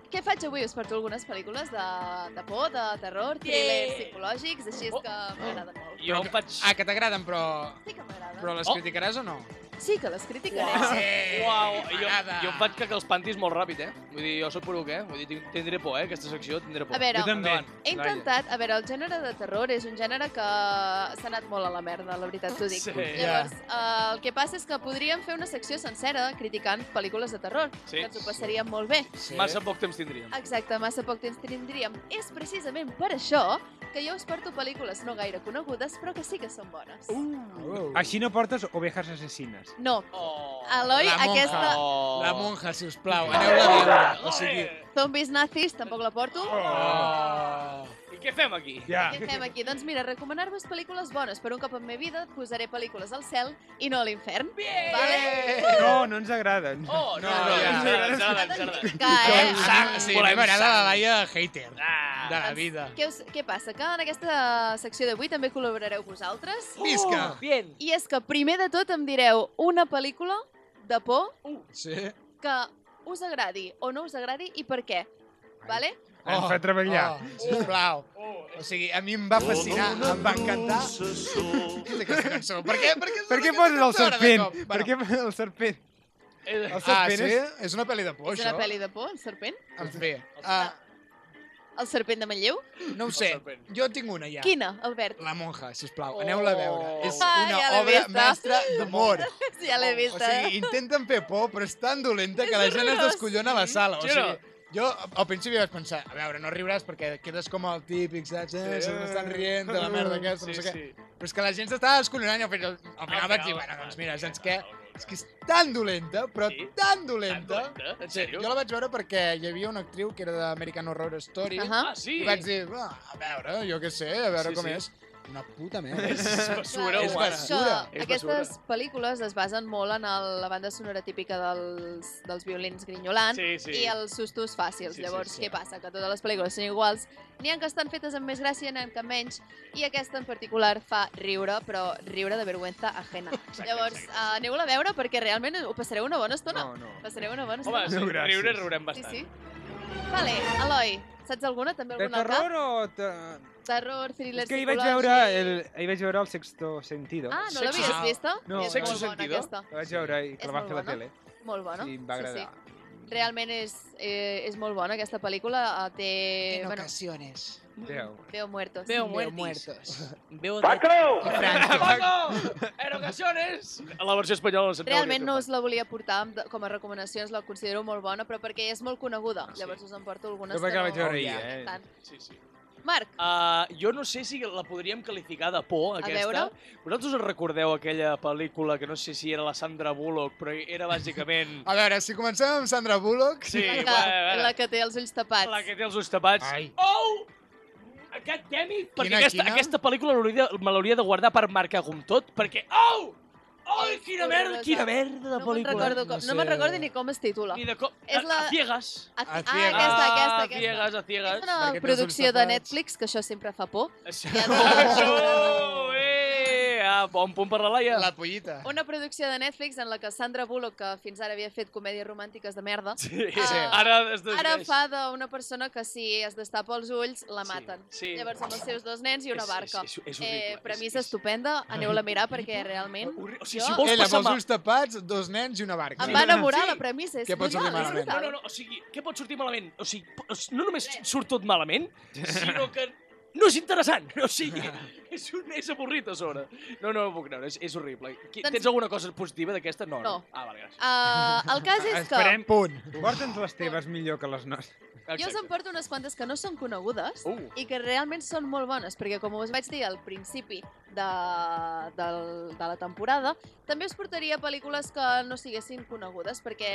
què faig avui? Us porto algunes pel·lícules de, de por, de terror, thrillers psicològics, així és que m'agraden molt. Jo em faig... Ah, que t'agraden, però, Sí que m'agraden. però les Oh. criticaràs o no? sí que les criticaré. Sí, Uau, jo, m'agrada. jo em faig que els pantis molt ràpid, eh? Vull dir, jo soc poruc, eh? Vull dir, tinc- tindré por, eh? Aquesta secció tindré por. A veure, Jo també. Endavant. He intentat, a veure, el gènere de terror és un gènere que s'ha anat molt a la merda, la veritat t'ho dic. Sí. Llavors, eh, el que passa és que podríem fer una secció sencera criticant pel·lícules de terror, Sí. que ens ho passaríem molt bé. Sí. Massa poc temps tindríem. Exacte, massa poc temps tindríem. És precisament per això que jo us porto pel·lícules no gaire conegudes, però que sí que són bones. Uh. Uh. Així no portes ovejas assassines. No, Oh. Eloi, La monja. aquesta Oh. La monja, si us plau, aneu-la a veure. O sigui... Eh, Zombies Nazis tampoc la porto. Oh. Oh. I què fem aquí? Ja. Què fem aquí? Doncs mira, recomanar-vos pel·lícules bones. Per un cop en ma vida et posaré pel·lícules al cel i no a l'infern. Bien! Vale? Eh? No, no ens agraden. Oh, no, No, no, ja. ens agrada, ens agrada, ens agrada. Que, eh? Sang, sí, Volem m'agrada sang. la Laia hater Ah. de la vida. Què, us, què passa? Que en aquesta secció d'avui també col·laborareu vosaltres. Visca! Bien! I és que primer de tot em direu una pel·lícula de por Sí. que us agradi o no us agradi i per què. Vale? Ens fa treballar. Oh, sisplau. Oh, O sigui, a mi em va fascinar, em va encantar. Què és aquesta cançó? Per què, per què, Per què aquesta poses el cançó ara de serpent? cop? Per Bueno, què poses el serpent? Eh, El Ah, serpent sí? és... És una pel·li de por, és oh, això? una pel·li de por, el serpent? En fi. Ah, El serpent de Manlleu? no ho sé. Jo en tinc una, ja. Quina, Albert? La monja, sisplau, aneu-la a veure. Oh. És Ah, una ja l'he obra vista. mestra d'humor. Sí, ja l'he Oh, O vista. sigui, intenten fer por, però és tan dolenta que la És gent es horrorós. descollona a la sala. O Sí o no? sigui, jo al principi vaig pensar, a veure, no riuràs perquè quedes com el típic, saps? Eh, Sí. se m'estan rient de la merda aquesta, sí, no sé què. sí. Però és que la gent s'estava descollonant i al final, al final vaig dir, bueno, doncs mira, saps què? És que és tan dolenta, però Sí? tan Tan dolenta. dolenta? eh? En Sí, sèrio? jo la vaig veure perquè hi havia una actriu que era d'American Horror Story Ahà. Ah, sí? i vaig dir, "Ah, a veure, jo què sé, a veure Sí, com sí. és. Una puta merda. Basura És humana. basura. Això, És aquestes basura. pel·lícules es basen molt en el, la banda sonora típica dels, dels violins grinyolants Sí, sí. i els sustos Sí, fàcils. sí, Llavors, sí. què passa? Que totes les pel·lícules són iguals. N'hi ha que estan fetes amb més gràcia, n'hi ha que menys, i aquesta en particular fa riure, però riure de vergüenza ajena. Llavors, uh, aneu-la a veure perquè realment ho passareu una bona estona. No, no. Passareu una bona Home, estona. sí, No, gràcies. riure, riurem sí, bastant. sí. Vale, Eloi, saps alguna? També De alguna al terror o... Te... cap? Terror, thriller És que hi vaig veure el, hi vaig veure el Sexto Sentido. Ah, no Sexo- l'havies Ah, vista? no. és Sexo molt bona sentido? aquesta. La vaig veure i És que la van molt fer a la bona. tele. Molt bona. Sí, em va agradar. Realment és, eh, és molt bona aquesta pel·lícula. eh, Té... bueno, ocasiones Déu. Veo muertos. veo muertos. Paco! Paco! En ocasiones! A la versió espanyola no se'n Realment no us la volia portar amb- com a recomanacions, la considero molt bona, però perquè és molt coneguda. Ah, sí. Llavors us en porto algunes Jo perquè la vaig veure ahir, no eh? tant. Sí, sí. Marc, Uh, jo no sé si la podríem qualificar de por, aquesta. veure. Vosaltres us recordeu aquella pel·lícula que no sé si era la Sandra Bullock, però era bàsicament... A veure, si comencem amb Sandra Bullock... Sí, la, va, va, que, va. la que té els ulls tapats. La que té els ulls tapats. Ai. Oh! Aquest temi! Perquè Quina, aquesta, quina? aquesta pel·lícula l'hauria- me l'hauria de guardar per marcar com tot, perquè... Oh! Oh, És quina merda, horrorosa. quina merda de no me'n pel·lícula. recordo, No com, no, me'n sé. recordo ni com es titula. Ni de cop... És la- A ciegas. A, ah, Ciegas. aquesta, aquesta, ah, aquesta. ciegas, a És ciegas. una Perquè té els producció ulls de tapats. Netflix, que això sempre fa por. Això, no. eh! Ah, bon punt per la Laia. La pollita. Una producció de Netflix en la que Sandra Bullock, que fins ara havia fet comèdies romàntiques de merda, Sí. Ah, Ara, es Ara desneix. fa d'una persona que si es destapa els ulls, la maten. Sí, sí. Llavors amb els seus dos nens i una És- barca. és- és- és horrible, és- Eh, premissa és- estupenda, aneu-la a mirar perquè realment Horri- O sigui, Jo- si vols Ella amb passar els mal... ulls tapats, dos nens i una barca. em va enamorar Sí. la premissa. És Què pot brutal, sortir és malament? No, brutal. no, no, o sigui, què pot sortir malament? O sigui, po- o sigui, no només surt tot malament, sinó que no és interessant. O sigui, és, un, és avorrit a sobre. No, no ho puc creure, és, és horrible. Qui, Doncs- Tens alguna cosa positiva d'aquesta? No, no. No. Ah, vale, gràcies. Ah, el cas és que Esperem. Punt. Porta'ns les teves millor que les nostres. jo us en Exacte. porto unes quantes que no són conegudes Uh. i que realment són molt bones, perquè com us vaig dir al principi de, de, de la temporada, també us portaria pel·lícules que no siguessin conegudes, perquè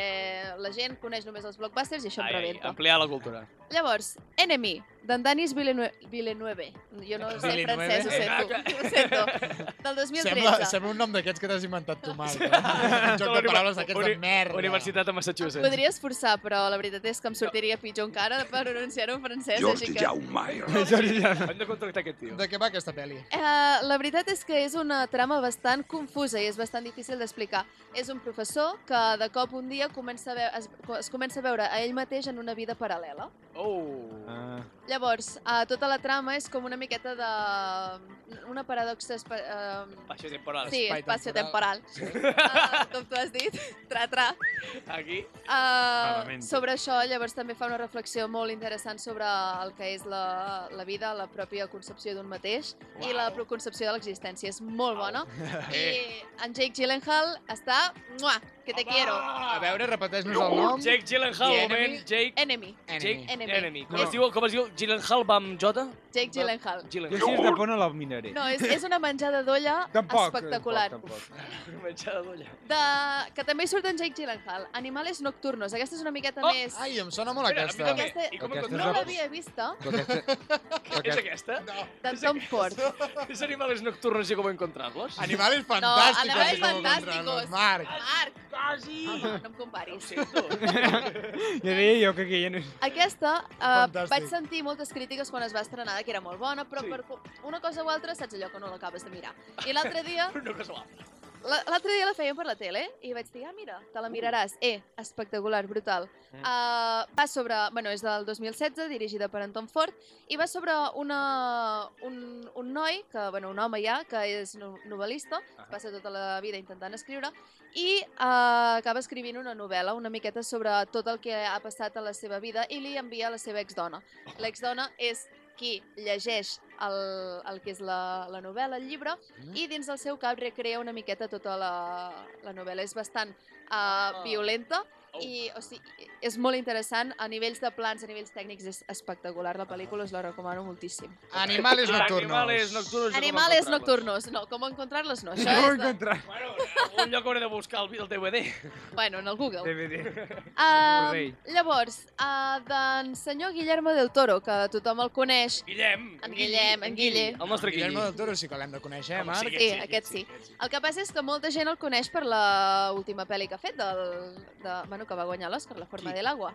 la gent coneix només els blockbusters i això em Ai, ai, rebenta. ampliar la cultura. Llavors, Enemy, d'en Danis Villenue- Villeneuve. Jo no sé Villeneuve? francès, ho sento. Ho sento. Del 2013. Sembla, sembla un nom d'aquests que t'has inventat tu, Marc. eh? Un joc de paraules d'aquests de Uni- merda. Universitat de Massachusetts. Em podria esforçar, però la veritat és que em sortiria pitjor encara per pronunciar-ho en francès. Jordi que... Jordi, ja. Hem de contractar aquest tio. De què va aquesta pel·li? Eh, la veritat és que és una trama bastant confusa i és bastant difícil d'explicar. És un professor que de cop un dia comença a veure, es, es comença a veure a ell mateix en una vida paral·lela. Ah. Oh. Ah. Llavors, uh, tota la trama és com una miqueta de... una paradoxa... espa- eh, Baixa temporal. Sí, Espai espacio temporal. temporal. Ah, com tu has dit, tra-tra. Aquí. Uh, Malament. sobre això, llavors també fa una reflexió molt interessant sobre el que és la, la vida, la pròpia concepció d'un mateix i la concepció de l'existència. És molt bona. I en Jake Gyllenhaal està... Mua, que te quiero. Ah, A veure, repeteix-nos el nom. Jake Gyllenhaal, The un moment. Enemy. Jake. Enemy. Enemy. Enemy. Enemy. Com, No. es diu, com es diu? Gyllenhaal amb J? Jake Gyllenhaal. Jo Gyllenhaal. si és de pona l'alminaré. No, és, és una menjada d'olla Tampoc. eh, espectacular. Tampoc, tampoc. Menjada d'olla. De... Que també hi surt en Jake Gyllenhaal. Animales nocturnos. Aquesta és una miqueta Oh, més... Ai, em sona molt Espera, a mi aquesta. també. Aquesta- I com em aquesta és no controles? l'havia vista, Però aquesta... però És aquesta... aquesta? de Tom Ford. És animales nocturnos i com encontrar-los? Animales fantàsticos. animales i com ho fantàsticos. controlen, Marc. Marc, Quasi! home, no em Ah, Ho comparis. sento. Ja deia jo que aquí ja no és... Aquesta eh, Fantàstic. vaig sentir moltes crítiques quan es va estrenar, que era molt bona, però Sí. sí. per co- una cosa o altra saps allò que no l'acabes de mirar. I l'altre dia, Però no casual. la- l'altre dia la feien per la tele i vaig dir, ah, mira, te la miraràs. Eh, espectacular, brutal. Uh, va sobre, bueno, és del 2016, dirigida per Anton Ford, i va sobre una, un, un noi, que, bueno, un home ja, que és no- novel·lista, es passa tota la vida intentant escriure, i eh, acaba escrivint una novel·la una miqueta sobre tot el que ha passat a la seva vida i li envia a la seva exdona. L'exdona és qui llegeix el, el que és la, la novel·la, el llibre, i dins del seu cap recrea una miqueta tota la, la novel·la. És bastant uh, violenta i o sigui, és molt interessant. A nivells de plans, a nivells tècnics, és espectacular. La pel·lícula us la recomano moltíssim. Animales nocturnos. Animales nocturnos. i com Animales encontrar-los. nocturnos. No, com encontrar-los no. Això No ho és de... encontraré. Bueno, en algun lloc hauré de buscar el, el DVD. Bueno, en el Google. DVD. Um, Rei. llavors, uh, d'en senyor Guillermo del Toro, que tothom el coneix, Guillem. en Guillem, en Guille, El nostre Guillermo Guillem. del Toro sí que l'hem de conèixer, eh, Home, Marc? sí, sí, aquest sí. El que passa és que molta gent el coneix per la última pel·li que ha fet, del, de, bueno, que va guanyar l'Oscar, La forma Qui? de l'agua.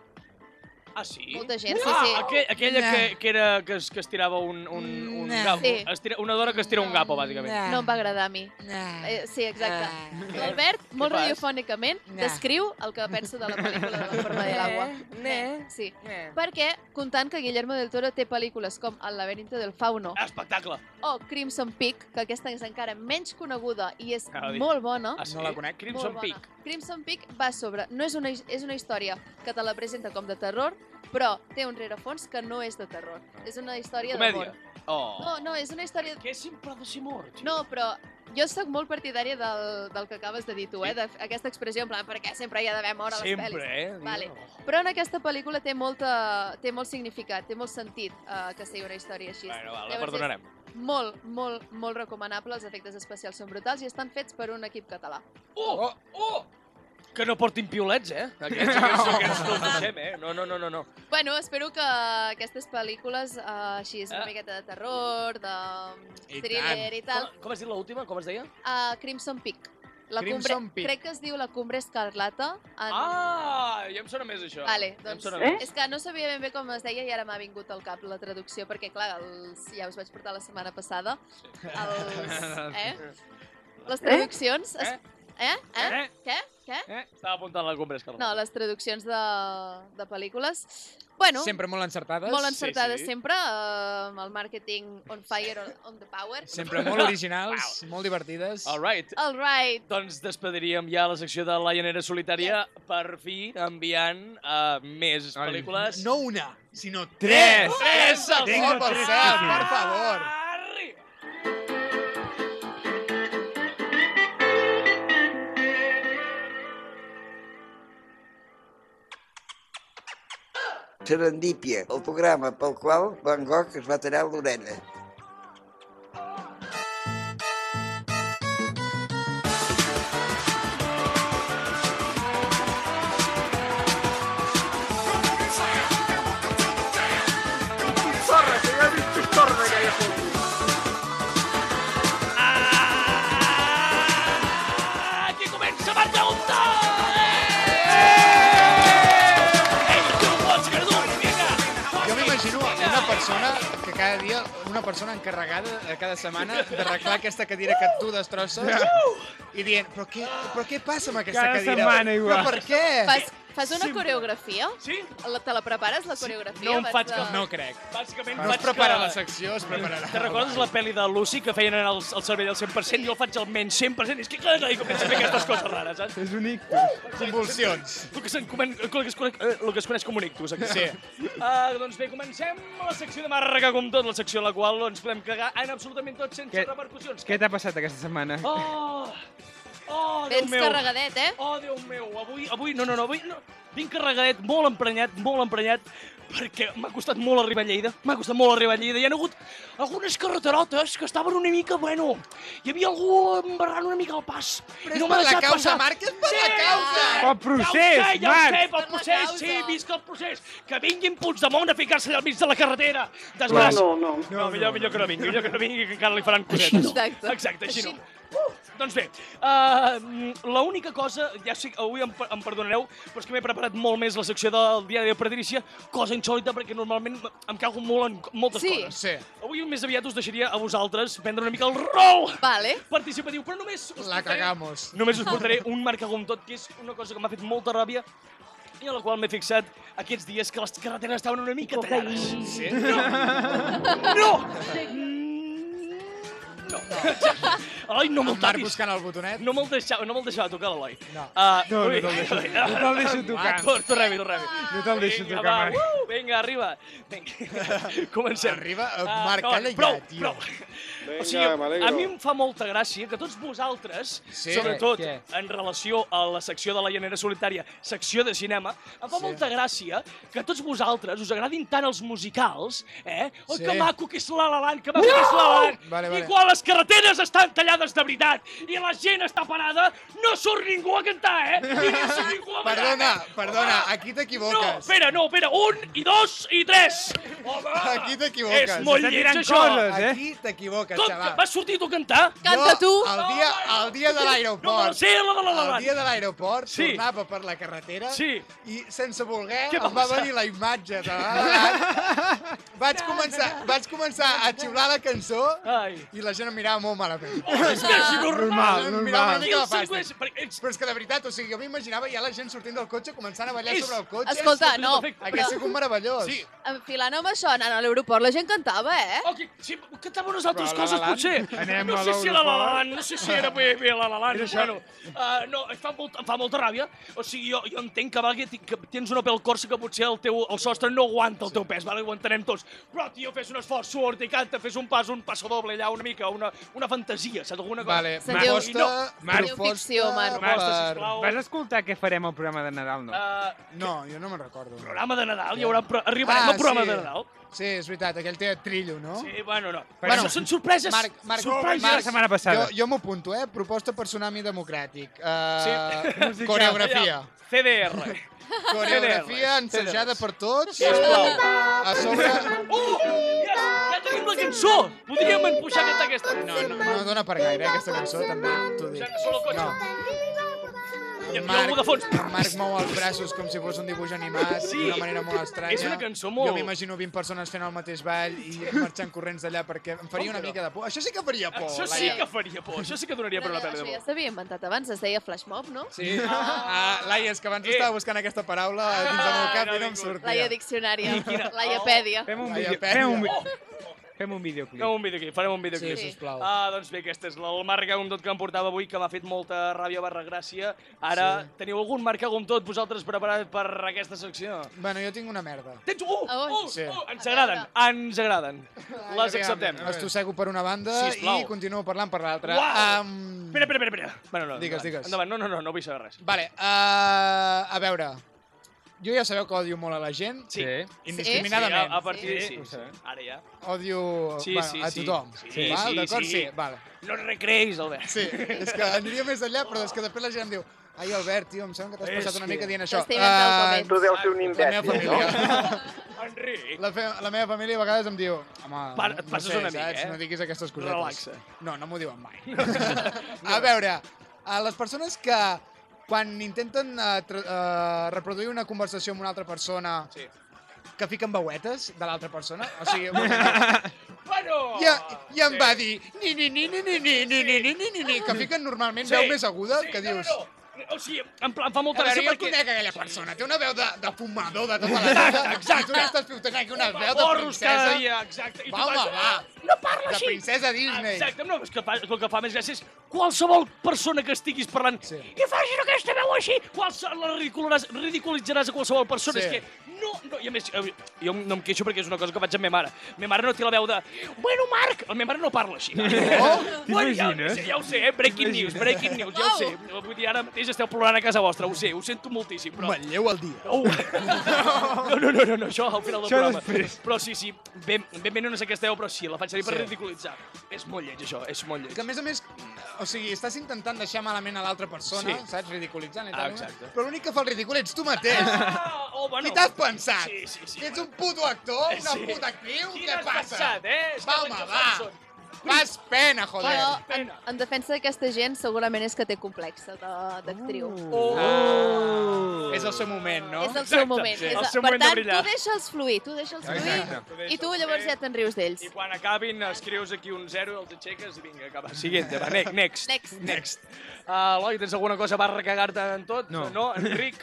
Ah, sí? Molta gent, sí, ah, sí. aquell, aquella Nah. que, que, era, que, es, que estirava un, un, un Nah. gapo. Sí. Estira, una dona que estira un gapo, bàsicament. No em va agradar a mi. Eh, sí, exacte. L'Albert, molt fas? radiofònicament, Nah. descriu el que penso de la pel·lícula de La forma de l'agua. Nah. Sí. Perquè, comptant que Guillermo del Toro té pel·lícules com El laberinto del fauno Espectacle. o Crimson Peak, que aquesta és encara menys coneguda i és Anava a dir. molt bona, Ah, sí? No la conec. Crimson molt Peak. Bona. Crimson Peak va sobre... No és una, és una història que te la presenta com de terror, però té un rerefons que no és de terror. És una història Comèdia. d'amor. Oh. No, no, és una història... Que és sempre de ser mort. tio. No, però jo sóc molt partidària del, del que acabes de dir tu, eh? D'aquesta expressió, en plan, perquè sempre hi ha d'haver mort a les Sempre, pel·lis. eh? Vale. Oh. Però en aquesta pel·lícula té, molta, té molt significat, té molt sentit eh, que sigui una història així. Bueno, va, la Llavors és- perdonarem. Molt, molt, molt recomanable. Els efectes especials són brutals i estan fets per un equip català. Oh! Oh! Que no portin piolets, eh? Aquests, aquests, aquests no els deixem, eh? No, no, no, no. no. Bueno, espero que aquestes pel·lícules eh, així és una Ah. miqueta de terror, de I thriller i tal. Com, com has dit l'última? Com es deia? Uh, Crimson Peak. La Crimson Peak. Crec que es diu la cumbre escarlata. En... Ah, ja em sona més això. Vale, ja em doncs sona Eh? més. és que no sabia ben bé com es deia i ara m'ha vingut al cap la traducció perquè, clar, els... ja us vaig portar la setmana passada. Els... Eh? Les traduccions... es- Eh? Eh? Eh? Eh? Què? Què? Estava apuntant la compra, Escarlata. No, les traduccions de, de pel·lícules. Bueno, Sempre molt encertades. molt encertades sí. sempre, eh, amb el marketing on fire, on, on the power. Sempre molt originals, molt divertides. All right. All right. Doncs despediríem ja la secció de la llanera solitària, per fi enviant uh, més Ai. pel·lícules. No una, sinó Tres! tres. Tres! al Vinga, cel, per tres. cel, per favor. Arri! Serendípia, el programa pel qual Van Gogh es va tallar l'orella. Aquí comença Marc Gonta! Eh! Ei, tu pots, Verdun, vinga! Jo m'imagino una persona que cada dia, una persona encarregada eh, cada setmana d'arreglar aquesta cadira que tu destrosses i dient, però què, però què passa amb aquesta Cada cadira? setmana igual." Però per què? Fas, Fas una Simple. coreografia? Sí? La, te la prepares, la coreografia? no em abans faig de... cap No crec. Bàsicament Quan es faig prepara que- la secció, es prepararà. Te recordes la pel·li de Lucy que feien anar el, el cervell al 100%? Jo el faig al menys 100% i és que clar, i comença a fer aquestes coses rares, saps? És un ictus. Convulsions. El que, se'n comen... el, que es conec... eh, el que es coneix com un ictus, aquí. Sí. Uh, doncs bé, comencem la secció de Màrrega com tot, la secció en la qual ens podem cagar en absolutament tot sense Què- repercussions. Què t'ha passat aquesta setmana? Oh! Oh, Déu Vens meu! carregadet, eh? Oh, Déu meu, avui, avui, no, no, no, avui no. vinc carregadet, molt emprenyat, molt emprenyat, perquè m'ha costat molt arribar a Lleida, m'ha costat molt arribar a Lleida. Hi ha hagut algunes carreterotes que estaven una mica, bueno, hi havia algú embarrant una mica el pas. Però i és m'ha per la deixat causa, passar. Marc, és per la causa. Pel ja procés, ho sé, ja Marc. ho sé, pel Per la procés, causa. sí, visca el procés. Que vinguin Puigdemont a ficar-se allà al mig de la carretera. Després... No, no, no. No, millor, millor que no vingui, millor que no vingui, que encara li faran cosetes. Exacte. Exacte, així, Així no. Uh, doncs bé, uh, l'única cosa, ja sé que avui em, per- em perdonareu, però és que m'he preparat molt més la secció del diari de Patrícia, cosa insòlita perquè normalment m- em cago molt en co- moltes Sí. coses. Sí. Avui més aviat us deixaria a vosaltres prendre una mica el rol Vale. participatiu, però només us La portaré- cagamos. Només us portaré un marca com tot, que és una cosa que m'ha fet molta ràbia i a la qual m'he fixat aquests dies que les carreteres estaven una mica tallades. Sí. No! No. Eloi, no me'l El Marc tapis. buscant el botonet. No me'l deixava, no me'l deixava tocar, l'Eloi. No. Ah, No, no ui, te'l deixo- Eloi, no te'l deixo tocar. Ah, tor- Torna-hi, torna-hi. No te'l deixo Vinga, tocar, va, Marc. uh, vinga, arriba. Vinga, comencem. Arriba, eh, Ah, Marc, calla ja, prou, tio. Prou. o sigui, a mi em fa molta gràcia que tots vosaltres, Sí. sobretot Què? en relació a la secció de la llanera solitària, secció de cinema, em fa molta gràcia que tots vosaltres us agradin tant els musicals, eh? Oi, Sí. que maco que és La La Land, que maco que és La La Land. Vale, vale. I quan les carreteres estan tallades de veritat i la gent està parada, no surt ningú a cantar, eh? I no surt ningú a ballar. Perdona, perdona, Home, aquí no, t'equivoques. espera, no, espera. Un, i dos, i tres. Home, Aquí t'equivoques. És molt S'estan lleig, tirant això. coses. eh? Aquí t'equivoques, Com que xaval. vas sortir tu a cantar? Canta Jo, tu. El dia, el dia de No me la l'aeroport. sé, la de la la El dia de l'aeroport Sí. tornava per la carretera Sí. i sense voler Què va em va passar? venir la imatge de la La Land. vaig, començar, vaig començar a xiular la cançó Ai. Oh, i la gent em mirava molt malament. És que és normal. Normal, Em mirava normal. una mica la pasta. Segueix, perquè ets- Però és que de veritat, o sigui, jo m'imaginava ja la gent sortint del cotxe començant a ballar És- sobre el cotxe. Escolta, no, perfecte. Hauria però sigut meravellós. Sí. enfilant amb això, anant a l'aeroport, la gent cantava, eh? Oh, que, si cantàvem unes altres Però la coses, La Land? potser. Anem no a sé si la La l'aeroport. Land, no sé si era bé, bé la La Land. És això. Bueno, uh, no, em fa, molt, em fa molta ràbia. O sigui, jo, jo entenc que, valgui, que tens una pèl corsa que potser el, teu, el sostre no aguanta el teu pes, vale? ho entenem tots. Però, tio, fes un esforç, surt i canta, fes un pas, un passo doble allà, una mica, una, una fantasia, saps? Alguna cosa. Vale, Sentiu- proposta, No, Marc. proposta Sentiu ficció, Marc. per- Proposta, sisplau. Vas escoltar què farem al programa de Nadal, no? Uh, No, jo no me'n recordo. programa de Nadal, hi haurà, un pro- arribarem al programa Ah, sí. de Nadal. Sí, és veritat, aquell té trillo, no? Sí, bueno, no. Bueno, Bueno, són sorpreses. Marc, Marc, sorpreses. Marc, la setmana passada. Jo, jo m'ho apunto, eh? Proposta per Tsunami Democràtic. Uh, Musical. Coreografia. CDR. Coreografia CDRs. ensejada per tots. Sisplau. A sobre... Uh! Ja, ja tenim la cançó! Podríem empujar aquesta aquesta. No, No, no dona per gaire, eh, aquesta cançó, també t'ho dic. Posem solo cotxe. No. Hi ha algú de fons. Marc mou els braços com si fos un dibuix animat Sí. d'una manera molt estranya. És una cançó molt- Jo m'imagino 20 persones fent el mateix ball i marxant corrents d'allà perquè em faria una mica de por. Això sí que faria por. Això sí Laia. que faria por, això sí que donaria per una pel·li això de ja por. s'havia inventat abans, es deia flash mob, no? Sí. Ah, Laia, és que abans Eh. Ah, estava buscant aquesta paraula dins del meu cap i no em sortia. Laia Diccionària, oh, Laiapèdia. Fem un Laia vídeo. Pérez. Fem un, vi- fem un videoclip. Farem un videoclip, farem un videoclip. Sí, sisplau. Ah, doncs bé, aquesta és el marca com tot que em portava avui, que m'ha fet molta ràbia barra gràcia. Ara, teniu algun marca com tot vosaltres preparat per aquesta secció? Bueno, jo tinc una merda. Tens... Uh, uh, Ui. Sí. uh, ens agraden, ens agraden. Les acceptem. Estossego per una banda Sisplau. i continuo parlant per l'altra. Uau! Em, Espera, espera, espera, espera. Bueno, no, Digues, endavant. digues. Endavant, no, no, no, no vull saber res. Vale, uh, a veure. Jo ja sabeu que odio molt a la gent, Sí. indiscriminadament. Sí, a, a partir Sí. de... Sí, Ho sí. sé. Ara ja. Odio Sí, bueno, sí, a sí. tothom. Sí, val? sí, D'acord? sí. Sí. vale. No et recreïs, Albert. Sí, és que aniria més enllà, però és que després la gent em diu Ai, Albert, tio, em sembla que t'has És passat una que- mica dient això. T'has inventat el Ah, Comet. Tu deus ser un la meva imbècil, no? família. Enric. La, fe, la meva família a vegades em diu home, Pa- no, et no passes sé, una mica, saps? eh? no diguis aquestes cosetes. Relaxa. No, no m'ho diuen mai. a veure, a les persones que quan intenten eh, tra- eh, reproduir una conversació amb una altra persona Sí. que fiquen veuetes de l'altra persona, o sigui, una- Bueno! i, i em va dir ni ni ni ni ni ni ni ni ni ni ni ni que fiquen normalment veu més aguda que dius No, no, no. o sigui, en plan, em fa A molta veure, gràcia jo perquè... conec aquella persona, té una veu de, de fumador de tota la vida. Exacte. Tu n'estàs pilotejant aquí una veu de Porros princesa. cada dia, exacte. I tu Va, home, vas- va. No parla De així. princesa Disney. Exacte, no, és que fa, el que fa més gràcia és qualsevol persona que estiguis parlant sí. Sí. que facis aquesta veu així, qualse, la ridiculitzaràs, ridiculitzaràs a qualsevol persona. Sí. Sí. És que no, no, i a més, eh, jo no em queixo perquè és una cosa que faig amb ma mare. Ma mare no té la veu de... Bueno, Marc! La meva mare no parla així. Oh, bueno, ja, T'imagines? sí, ja ho sé, eh? Breaking news, breaking news, ja ho sé. Vull dir, ara mateix esteu plorant a casa vostra, ho sé, ho sento moltíssim, però... Manlleu el dia. Oh. No, no, no, no, no, això al final del Això programa. després. Però sí, sí, ben, ben bé no sé què esteu, però sí, la faig servir per Sí. ridiculitzar. És molt lleig, això, és molt Que lleig. a més a més, o sigui, estàs intentant deixar malament a l'altra persona, Sí. sí. saps? Ridiculitzant i Ah, tal. exacte. Però l'únic que fa el ridícul ets tu mateix. Ah, oh, bueno. Qui t'has pensat? Sí, sí, sí. Eh, Que ets un puto actor, una Sí. puta actriu, Qui què t'has passa? pensat, eh? És Va, que home, Michael va. Jackson. Fas pena, joder. Però en, pena. en defensa d'aquesta gent segurament és que té complexa de- d'actriu. Oh. Oh! Ah, és el seu moment, no? És el seu Exacte, moment. sí. És El el... seu per moment de tant, brillar. tu deixa'ls fluir, tu deixa'ls Exacte. fluir i tu llavors ja te'n rius d'ells. I quan acabin, escrius aquí un zero, els aixeques i vinga, acaba. Siguiente, va, ne- next. Next. Next. Uh, Eloi, tens alguna cosa per recagar-te en tot? No. No, Enric?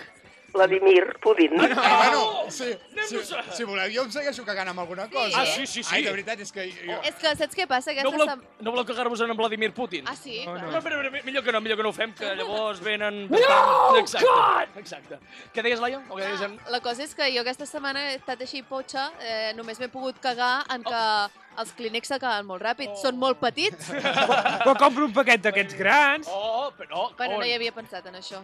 Vladimir Putin. Ah, bueno, sí, si, Anem-nos a- si voleu, jo em segueixo cagant amb alguna cosa. eh? Ah, sí, sí, sí. Ai, de veritat, és que jo... És que saps què passa? Aquesta No voleu, sem- no voleu cagar-vos en Vladimir Putin? Ah, sí? No, clar. No, però, però, millor que no, millor que no ho fem, que llavors venen... No, exacte, God! Exacte. Què deies, Laia? O què deies en... La cosa és que jo aquesta setmana he estat així potxa, eh, només m'he pogut cagar en que Oh. els clínics s'acaben molt ràpid. Són molt petits, Però compro un paquet d'aquests grans. Oh, però... Ah. però on? no hi havia pensat en això.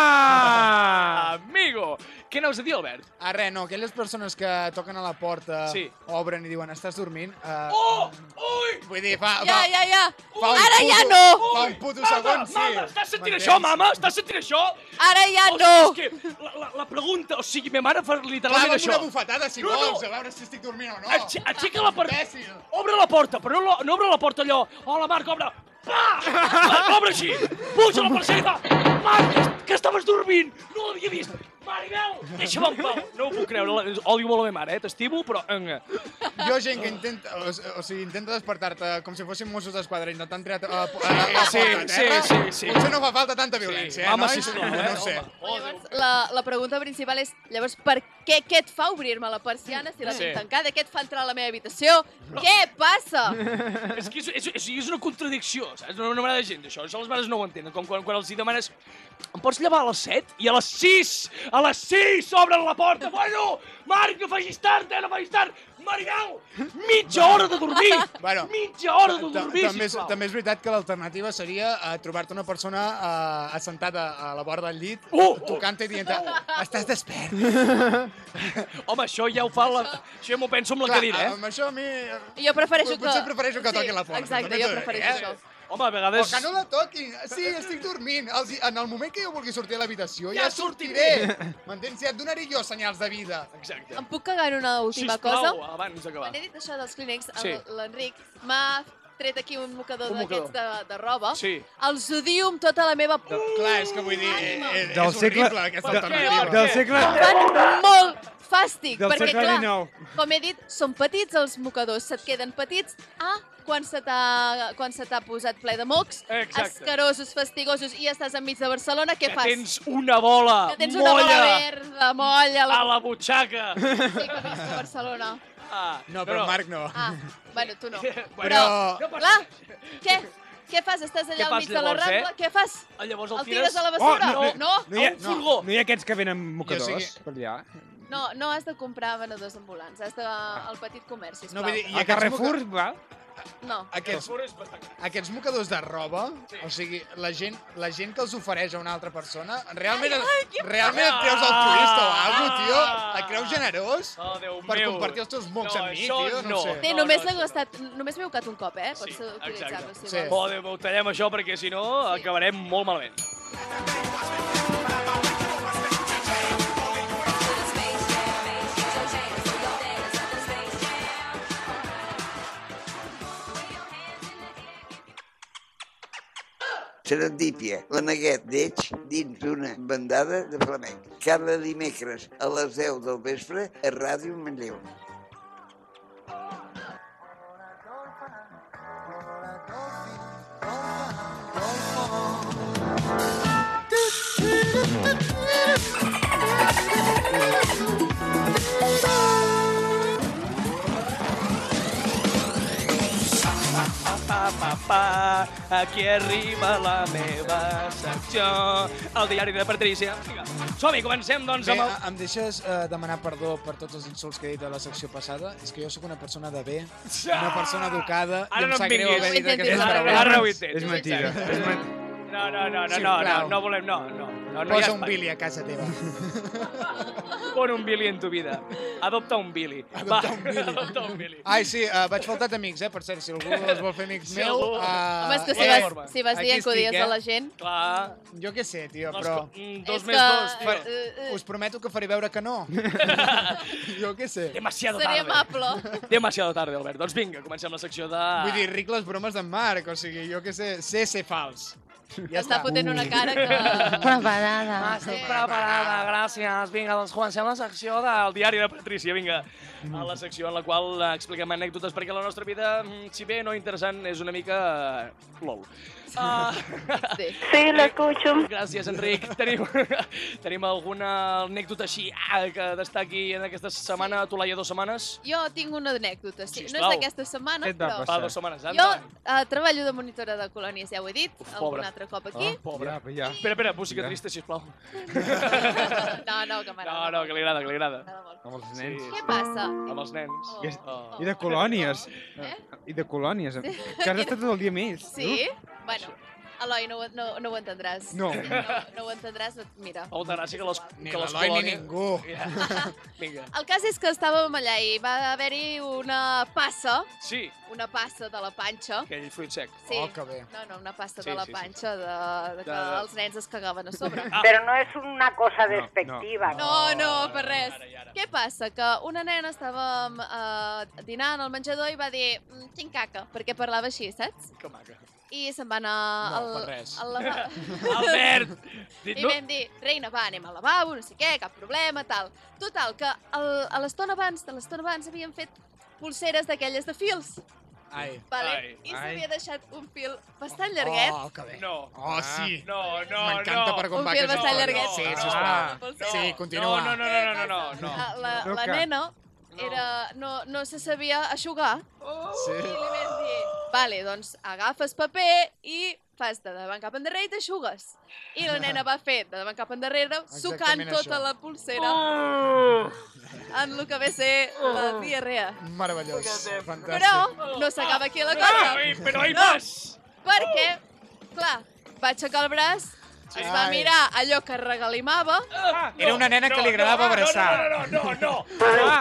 Ah! Amigo! Què anaves a dir, Albert? Ah, res, no, aquelles persones que toquen a la porta, Sí. obren i diuen, estàs dormint? Eh, Oh! Ui! Vull dir, fa, Ja, fa, ja, ja! fa un Ara puto, ja no! Fa un puto mama, segon, sí. Mama, estàs sentint M'entens? això, mama? Estàs sentint això? Ara ja Ah, no! Hosti, és que la, la, la pregunta... O sigui, ma mare fa literalment Clava'm això. una bufetada, si No, no. vols, a veure si estic dormint o no. Aixi- Aixeca la porta. Imbècil. Obre la porta, però no, la- no obre la porta allò. Hola, Marc, obre. Pa! Marc, obre així. Puja la persona i fa. Marc, que- que estaves dormint. No l'havia vist. Maribel, deixa'm en pau. No ho puc creure. la- Odio molt la meva mare, eh? T'estimo, però... eh, Jo, gent que intenta, o, o sigui, intenta despertar-te com si fossin Mossos d'Esquadra, intentant tirar a, a, eh, a, a, a Ah, Sí, porta a sí, terra, sí, sí. potser no fa falta tanta violència, eh, mama, nois? sisplau, eh? No ho sé. Home. Llavors, la, la pregunta principal és, llavors, per què, què et fa obrir-me la persiana si la Sí. tinc tancada? Què et fa entrar a la meva habitació? Què passa? És que és, és, és, és una contradicció, saps? No, no m'agrada gens, això. Això les mares no ho entenen. Com quan, quan els hi demanes... Em pots llevar a les 7? I a les 6! A les 6 obren la porta! Bueno, Marc, no facis tard, eh? No facis tard! Maribel, mitja hora de dormir! Bueno, mitja hora de Ta- dormir, també, és, sisplau! també és veritat que l'alternativa seria eh, trobar-te una persona eh, assentada a la vora del llit, Oh, oh. tocant-te i dient estàs despert. Home, això ja ho fa... La... Això ja m'ho penso amb la cadira, eh? amb això a mi... eh, Jo prefereixo pot- que... Potser prefereixo que Sí, toquin la porta. Exacte, també jo t'ho diré, prefereixo eh? això. Home, a O vegades... que no la toquin. Sí, estic dormint. Els, hi- en el moment que jo vulgui sortir a l'habitació, Ja ja, sortiré. M'entens? Ja et donaré jo senyals de vida. Exacte. Em puc cagar en una última cosa? Sisplau, abans d'acabar. Quan he dit això dels clínics, Sí. sí. l'Enric m'ha tret aquí un mocador Un mocador. d'aquests de, de roba. Sí. Els odio amb tota la meva... No, clar, és que vull dir, eh, eh, és, Del segle- horrible aquesta de- alternativa. Del segle... Em fan molt fàstic, Del perquè segle clar, XIX. com he dit, són petits els mocadors, se't queden petits. Ah, quan se t'ha quan se t'ha posat ple de mocs, Exacte. escarosos, fastigosos, i estàs enmig de Barcelona, què Que fas? tens una bola que tens una molla bola verda, molla, la a la butxaca. sí que visc a Barcelona. Ah, No, però Marc no. Ah, bueno, tu no. Però- no Clar, què? Què fas? Estàs Què allà al fas mig de la llavors, Rambla? eh? Què fas? Ah, Llavors el, El tires a la Oh, bessura? no, no, No hi ha, un furgó. No hi ha aquests que venen amb mocadors Jo sí que- per allà. no, no has de comprar venedors ambulants, has de... al petit comerç, sisplau. No, vull dir, i A aquests Carrefour, moca- va. No. Aquests, Furgó és bastant... aquests mocadors de roba, o sigui, la gent, la gent que els ofereix a una altra persona, realment, realment et creus altruista o alguna cosa, tio? Et creus generós? Oh, Déu Per meu. compartir els teus mocs No, amb mi, això tio? No, no. no. sé. Té, no, només no, l'he això no. gastat, només m'he tocat un cop, eh? Sí, Pots utilitzar-lo, si Sí. vols. Oh, Déu meu, tallem això perquè si no Sí. acabarem molt malament. Serendípia, la neguet d'Eix dins d'una bandada de flamenc. Cada dimecres a les 10 del vespre a Ràdio Manlleu. papà, aquí arriba la meva secció, el diari de Patrícia. Vinga, som-hi, comencem, doncs, Bé, amb el... em deixes eh, demanar perdó per tots els insults que he dit a la secció passada? És que jo sóc una persona de bé, una persona educada, Ara i no em em sap greu vinguis. haver dit No aquestes intentis, Ara, Però- ara ho paraules. intento. És mentida. És mentida. No, no, no, no, no, no, Sisplau. no volem, no, no. no, no hi ha Posa un espai. Billy a casa teva. Pon un Billy en tu vida. Adopta un Billy. Adopta un Billy. Adopta un Billy. Ai, sí, uh, vaig faltar d'amics, eh, per cert, si algú es vol fer amics Si meu... algú- Uh, Home, és que si eh, vas, si vas aquí dient que ho estic, dies eh? a la gent... Clar. Jo què sé, tio, Doncs, però... mm, dos és més que, dos, tio. eh, eh, Us prometo que faré veure que no. jo què sé. Demasiado Seria tarde. amable. Demasiado tarde, Albert. Doncs vinga, comencem la secció de... Vull dir, ric les bromes d'en Marc, o sigui, jo què sé, sé ser fals. Ja està. està fotent una cara que... Preparada. Ah, estic preparada, gràcies. Vinga, doncs comencem la secció del diari de Patrícia, vinga. Mm. A la secció en la qual eh, expliquem anècdotes perquè la nostra vida, mm, si bé no interessant, és una mica... eh, lol. Ah, Sí. Sí, la escucho. gràcies, Enric. Tenim, tenim alguna anècdota així ah, que destaqui en aquesta setmana, tu l'hi ha dues setmanes? Jo tinc una anècdota, sí. No Sisplau. és d'aquesta setmana, Què et va però... passar? Fa dues setmanes, Jo endavant. eh, treballo de monitora de colònies, ja ho he dit, Uf, algun pobra. altre cop aquí. Oh, Pobre. Ja, ja. Espera, espera, música Ja. trista, sisplau. No, no, que m'agrada. Ah. No, no, que li agrada, que li agrada. M'agrada molt. Amb els Sí. nens. Què passa? Amb els nens. Oh, I- oh. I de colònies. Eh? I de colònies. Que has estat tot el dia més. Sí? Bueno, Eloi, no, ho- no, no ho entendràs. No. No, no ho entendràs, no, mira. Fa molta gràcia que les, Ni que les l'Eloi ni colònies... ningú. Ja. Vinga. El cas és que estàvem allà i va haver-hi una passa, Sí, una passa de la panxa. aquell fruit sec. Sí. Oh, que bé. No, no, una pasta Sí, de la sí, sí, sí. panxa de, de que De- de- els nens es cagaven a sobre. Pero no es una cosa No, no, despectiva. No, no, per res. Ara, i ara. Què passa? Que una nena estava uh, dinant al menjador i va dir "Mm, tinc caca, perquè parlava així, saps? Que maca. I se'n va anar No, al, per res. al lavabo. Albert! Dit, I no? vam dir, reina, va, anem al lavabo, no sé què, cap problema, tal. Total, que el, a l'estona abans, de l'estona abans, havien fet pulseres d'aquelles de fils, Ai. vale? Ai, ai. i s'havia deixat un fil bastant llarguet, Oh, que bé. No. Oh, sí. No, no, M'encanta no. per com Un va fil aquesta bastant història. llarguet. Sí, No, sisplau. no, sí, no, continua. No, no, no, no, no, no, no. Ah, la, No la cal. nena era, no, no se sabia aixugar Oh! Sí. i li vam dir, vale, doncs agafes paper i fas de davant cap endarrere i t'aixugues. I la nena va fer de davant cap endarrere, sucant Exactament tota això. la pulsera Oh! Ah, en el que ve a ser la diarrea. Meravellós. Fantàstic. Però no s'acaba aquí la cosa, Ai, però hi No. vas! perquè, clar, va aixecar el braç, es va Ai. mirar allò que regalimava, Ah, Era una nena que li agradava abraçar. No, no, no, no, no.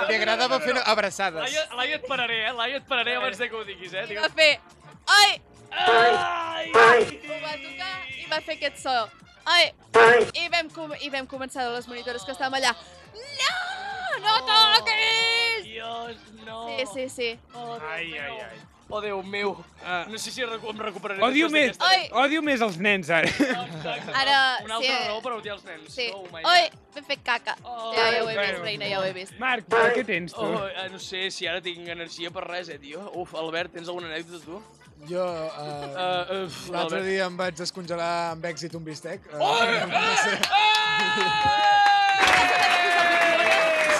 Li Ah. agradava fer abraçades. Laia, Laia, et pararé, eh? Laia, et pararé abans de que ho diguis, eh? i Digues. va fer, ai, Ai! ho va tocar i va fer aquest so. Ai, i vam, com i vam començar de les monitores que estàvem allà. No, no toquis! Dios, no. Sí, sí, sí. Oh, Déu Ai, meu. ai, ai. Oh, Déu meu. Ah. No sé si recu- em recuperaré. Odio després més, d'aquesta. Ai. odio més els nens, ara. Ara, Una altra sí, eh, raó per odiar els nens. Sí. Oh, my Oi, God. m'he fet caca. Oh, Ja, ja ho he bueno. vist, reina, ja ho he vist. Marc, per què tens tu? Oh, eh, no sé si ara tinc energia per res, eh, tio. Uf, Albert, tens alguna anècdota, tu? Jo, eh, Uh, uf, l'altre Albert. dia em vaig descongelar amb èxit un bistec. Eh, Ah! Sí,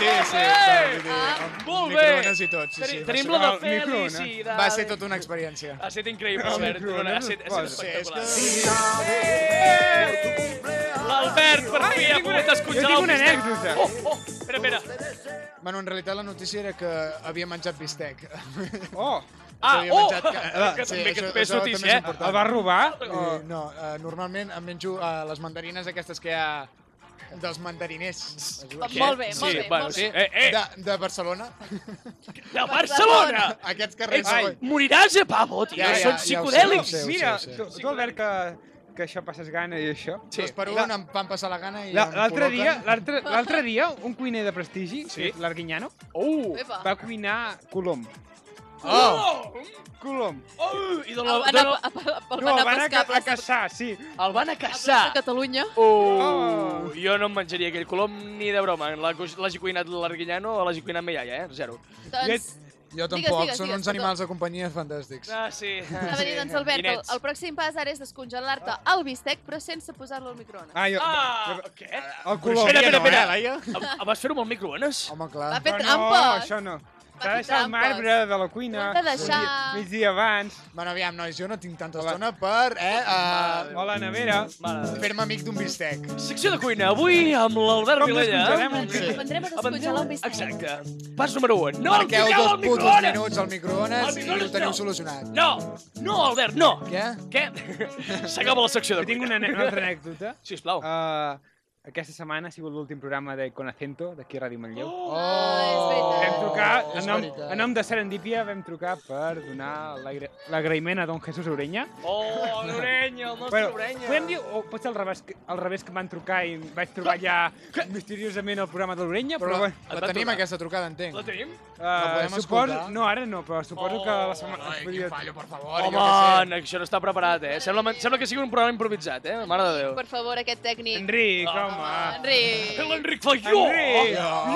sí, doncs, sí. Ah, molt bé. Microones i tot, sí, sí. Tenim, va tenim ser- la de el microones. felicitat. Va ser tota una experiència. Ha estat increïble, Albert. No, no, ha estat, ha estat Sí, és espectacular. que- Eh! L'Albert, per fi, ha pogut Jo escutjar tinc una anècdota. Oh, oh, espera, espera. Bueno, en realitat la notícia era que havia menjat bistec. Oh, Ah, Havia oh! menjat ca- Que sí, també que això- també és això també és notícia, eh? important. el va robar? O... Oh. I, no, eh, normalment em menjo eh, les mandarines aquestes que hi ha dels mandariners. Què? Molt bé, molt sí, bé, Bueno, molt sí. bé. Eh, eh, De, de Barcelona. de Barcelona! Aquests carrers... Ets, segons- moriràs a pavo, tio, Ja, ja, ja són ho sé, psicodèlics. ho sé, ho sé, ho Mira, sé. tu, tu Albert, que, que això passes gana i això. Sí. Doncs per La- un em van passar la gana i La- em L'altre dia, col·loquen. l'altre l'altre dia, un cuiner de prestigi, Sí. l'Arguinyano, Oh! Epa. va cuinar colom. Oh! Colom. Oh! I El dona, van dona, a, el No, van a van a, pescar ca- a a plaça, caçar, sí. el van a a plaça caçar. Catalunya. Oh, jo no em menjaria aquell colom ni de broma. La cu- L'hagi cuinat l'Arguinyano o l'hagi cuinat Meia, eh? Zero. Doncs, Jo tampoc, digues, són digues, uns animals de companyia fantàstics. Ah, sí. anava a dir, doncs, Albert, el, Guinets. el pròxim pas ara és descongelar-te el bistec, però sense posar-lo al microones. Ah, jo, Ah, què? el colom. Espera, espera, Bruixeria no, espera. eh, Laia? Em- em Vas fer-ho amb el microones? Home, Va clar. fer Però Ah, no, trampes. això no. S'ha de deixar el trampes. marbre de la Ho cuina hem de deixar. mig dia abans, Bueno, aviam, nois, jo no tinc tanta estona per eh, uh, o la nevera. Mare de Déu. fer-me amic d'un bistec. Secció de cuina, avui amb l'Albert Com Vilella. descongelarem un Sí. Vendrem a descongelar un Abandoneu- bistec. Exacte. Pas número 1. No el Marqueu tireu dos al putos microones! minuts al Al microones i microones ho teniu no. solucionat. No! No, Albert, no! Què? Què? S'acaba la secció de Jo tinc cuina. una, ane- una altra anècdota. Oh. Sisplau. Uh, aquesta setmana ha sigut l'últim programa de Conacento, d'aquí a Ràdio Manlleu. Oh. Ah, és veritat. Vam trucar, Oh, és en nom, veritat. en nom de Serendipia, vam trucar per donar l'agra- l'agraïment a don Jesús Orenya. Oh, l'orenya, el nostre Bueno, orenya. podem dir, o pot ser al revés, que- al revés que em van trucar i em vaig trobar ja misteriosament el programa de l'Orenya, però, Però la, bueno, Et la van tenim, trucar? aquesta trucada, entenc. La tenim? eh, podem suposo, escoltar? no, ara no, però suposo que Oh, la setmana... Ai, podria- quin fallo, per favor. Home, jo no, això no està preparat, eh? Sembla, sembla que sigui un programa improvisat, eh? Mare de Déu. Per favor, aquest tècnic. Enric, Ah, home... Enric. L'Enric Falló! Enric! Jo! Ah.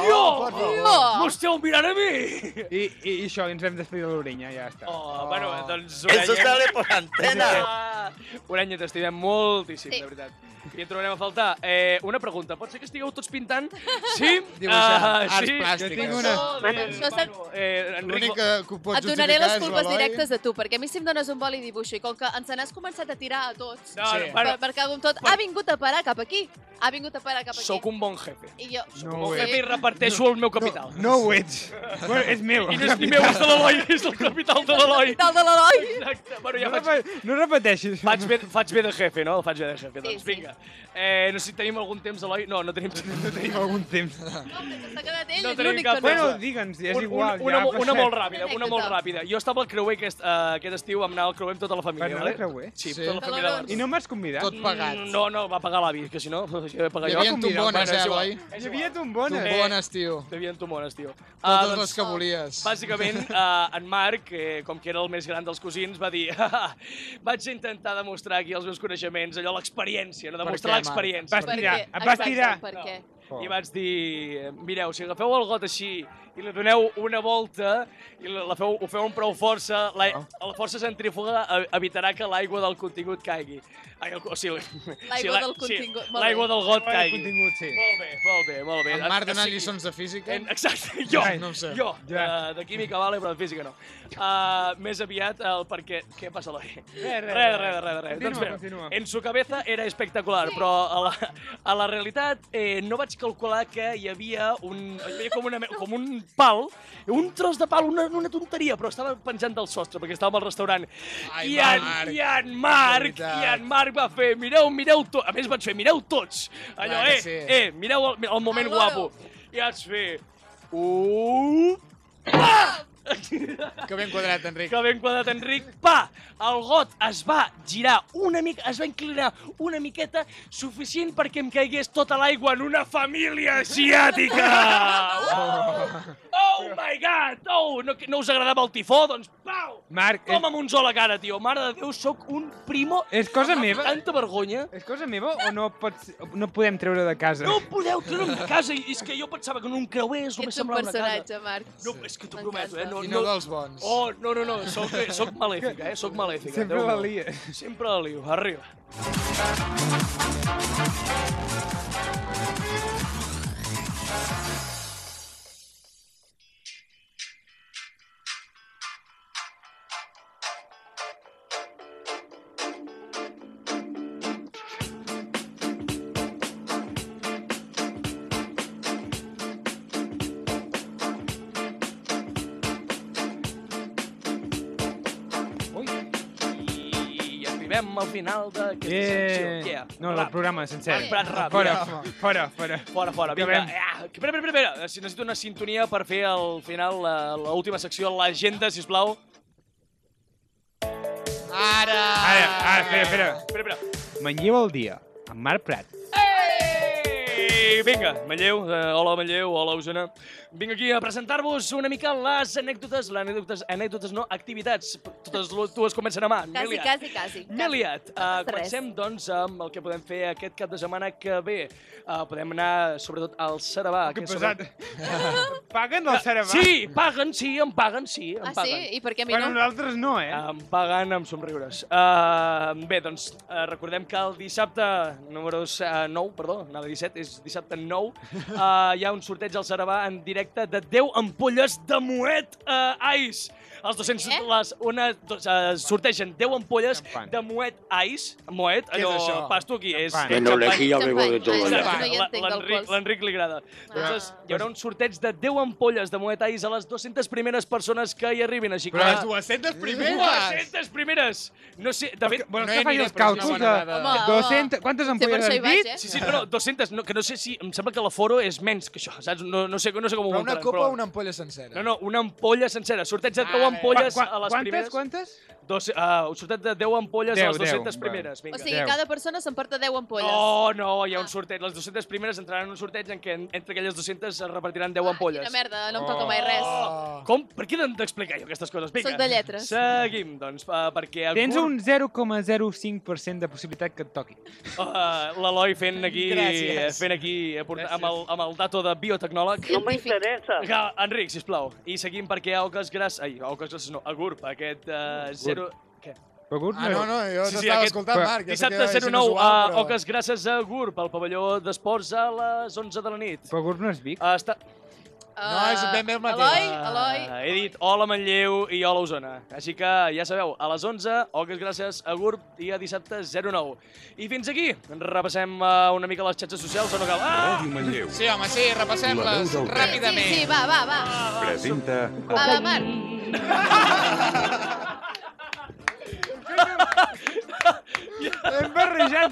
Jo! per favor. Oh, M'esteu mirant a mi! I, i, I això, ens vam despedir de l'Orenya, ja està. Oh, bueno, doncs Eso orenya... sale por antena. Ah, Orenya, t'estimem moltíssim, Sí. de veritat. I et trobarem a faltar. Eh, una pregunta, pot ser que estigueu tots pintant? Sí? Ah, Dibuixant, arts sí. plàstiques. Jo tinc una- Joder, Això està- bueno, eh, que sé. Enric, L'únic que que ho pot et donaré justificar les és culpes l'Eloi. directes de tu, perquè a mi si em dones un boli i dibuixo i com que ens n'has començat a tirar a tots, No, Sí. no, bueno, per, per cago en tot, ha vingut a parar cap aquí. Ha vingut a parar cap aquí. sóc un bon jefe. I jo... Un No bon ho jefe i és. reparteixo el meu capital. No ho ets. Bueno, és meu. I no és ni meu, és de l'Eloi, és el capital de l'Eloi. Tal de l'Eloi. Exacte, bueno, No, ja faig, repe no repeteixis. faig, bé, faig bé de jefe, no? Faig bé de jefe, Sí, doncs sí. vinga. Eh, no sé si tenim algun temps, Eloi. No, no tenim temps. No tenim algun temps. No, que s'ha quedat ell, No és tenim l'únic cap que no. Bueno, digue'ns, és Un- un- igual. una, ja, mo- una passem. molt ràpida, una molt Anècdota. ràpida. Jo estava al creuer aquest, eh, aquest estiu, vam anar al creuer amb tota la família. anar al vale? creuer? Sí, Sí. tota la De família. l'Alons. I no m'has convidat. Tot pagat. Mm, No, no, va pagar l'avi, que si no, si he de pagar Hi jo. havia Bueno, tombones, és eh, igual, Eloi? és Hi igual. havia tombones. Tombones, tio. Hi havia tombones, tio. Ah, Totes les doncs, que volies. bàsicament, eh, en Marc, que com que era el més gran dels cosins, va dir "Ah, vaig a intentar demostrar aquí els meus coneixements, allò, l'experiència, no? Per Demostrar què, Marc? l'experiència. Vas tirar, què? et vas Exacte, tirar. Per què? I vaig dir, mireu, si agafeu el got així i li doneu una volta i la la feu, ho feu amb prou força, la, la força centrífuga e- evitarà que l'aigua del contingut caigui. Ai, el, o sigui, L'aigua del contingut, Sí, molt l'aigua bé. del got Bueno, caigui. contingut, sí. Molt bé, molt bé, molt bé. En Marc O donant sigui, lliçons de física. En, exacte, jo, Ai, no ho sé. jo, Ja. eh, de química vale, però de física no. Uh, més aviat el perquè... Què passa, Eloi? Eh, res, res, res, res. res, res. Continua, Doncs bé, continua. en su cabeza era espectacular, però a la, a la realitat eh, no vaig calcular que hi havia un, hi havia com, una, me- com un pal, un tros de pal, una, una tonteria, però estava penjant del sostre, perquè estàvem al restaurant. Ai, I, en, Marc. I en Marc, De veritat. i en Marc va fer, mireu, mireu tots, a més vaig fer, mireu tots, allò, Clar que eh, sí. eh, mireu el, el moment Al loro. guapo. I vaig fer, uh, Que ben quadrat, Enric. que ben quadrat, Enric. Pa! El got es va girar una mica, es va inclinar una miqueta suficient perquè em caigués tota l'aigua en una família asiàtica! Oh, oh my god! Oh, no, no us agradava el tifó? Doncs pau! Marc, Com és, amb un sol a cara, tio. Mare de Déu, sóc un primo eh. és cosa amb meva? tanta vergonya. eh, És cosa meva o no, pots, no podem treure de casa? No podeu treure'm de casa. I És que jo pensava que en un creuer és només Ets un semblava una casa. personatge, Marc. No, és que t'ho prometo, eh? No, I no, no dels bons. Oh, no, no, no, soc, soc malèfica, eh? Soc malèfica. Sempre Déu la meu. lies. Sempre la lio, arriba. Ui. I arribem al final d'aquesta secció. Yeah. Yeah. Eh, No, el Rap. programa sencer. Rap, rap, rap. Fora, Fora, fora, fora. eh. fora, fora. Vinga. Acabem. Ah, espera, espera, espera. Necessito una sintonia per fer al final la- l'última secció, l'agenda, sisplau. Ara! Ara, ara, espera, espera. Espera, espera. Manlleu el dia, amb Marc Prat. Ei! Vinga, Manlleu, eh, hola Manlleu, hola Osona. Vinc aquí a presentar-vos una mica les anècdotes, les anècdotes, anècdotes no, activitats. Totes les dues comencen a mà. m'he Quasi, liat. quasi, quasi. M'he liat. Uh, passa comencem, doncs, amb el que podem fer aquest cap de setmana que ve. Uh, podem anar, sobretot, al Sarabà. Que és pesat. Paguen del Sarabà? Sí, paguen, sí, em paguen, sí, em Ah, sí? paguen. I per què a mi Bueno, no? nosaltres no, eh? Em Eh, paguen amb somriures. Uh, bé, doncs, uh, recordem que el dissabte número uh, 9, eh, perdó, anava 17, és dissabte dissabte 9, uh, hi ha un sorteig al Sarabà en directe de 10 ampolles de Moet uh, Ice. Els 200, Què? les, una, dos, uh, sortegen 10 ampolles Xampany. de Moet Ice. Moet, és allò, això? pasto aquí, és... Xampany. xampany. ja bebo de tot allà. No hi entenc del L'Enric quals. l'Enric li agrada. Ah. Llavors, hi haurà un sorteig de 10 ampolles de Moet Ice a les 200 primeres persones que hi arribin, així que... Però Ah. les 200 primeres! 200 primeres! No sé, de fet... Bueno, No no que hi faci aniré, els però és una càlculs bona de... dada. Home, home. 200... Quantes Ah. Sí, per ampolles això hi has vaig, dit? eh? Sí, sí, no, no, 200, no, que no sé si... Em sembla que l'aforo és menys que això, saps? No, no, sé, no sé com ho Però una aguantaran, copa però... o una ampolla sencera? No, no, una ampolla sencera. Sorteig de 10 Vale. Ah, eh. ampolles Qua- qua- a les quantes, primeres. quantes? Dos, uh, sorteig de 10 ampolles a 10, les 200 vale. primeres. Vinga. O sigui, Deu. cada persona s'emporta 10 ampolles. No, no, hi ha Ah. un sorteig. Les 200 primeres entraran en un sorteig en què en- entre aquelles 200 es repartiran 10 Ah, ampolles. Quina merda, no em toca mai res. Oh. Com? Per què hem d'explicar jo aquestes coses? Vinga. Soc de lletres. Seguim, doncs, uh, perquè... El Tens curt- un 0,05% de possibilitat que et toqui. Uh, L'Eloi fent aquí, Gràcies. fent aquí eh, porta, amb, el, amb el dato de biotecnòleg. Sí. No m'interessa. Que, Enric, sisplau, i seguim perquè a Oques Gras... Ai, a Oques Gras no, a GURB, aquest uh, 0... Què? Begut? Ah, no, no, jo Sí, sí, t'estava aquest- escoltant, però- Marc. ja sé que Dissabte ah, això no 09 a és usual, però- Oques Grasses a GURB, al pavelló d'esports a les 11 de la nit. Begut no és Vic? Uh, està... No, és ben Ah. bé el mateix. Eloi, Eloi. Ah, he dit hola Manlleu i hola Osona. Així que ja sabeu, a les 11, Oques Gràcies a GURB, dia dissabte 09. I fins aquí, repassem uh, una mica les xarxes socials, o no cal? Ah! Manlleu Sí, home, sí, repassem-les ràpidament. Sí, sí, sí, va, va, va. presenta Va, va, Marc. Hem barrejat...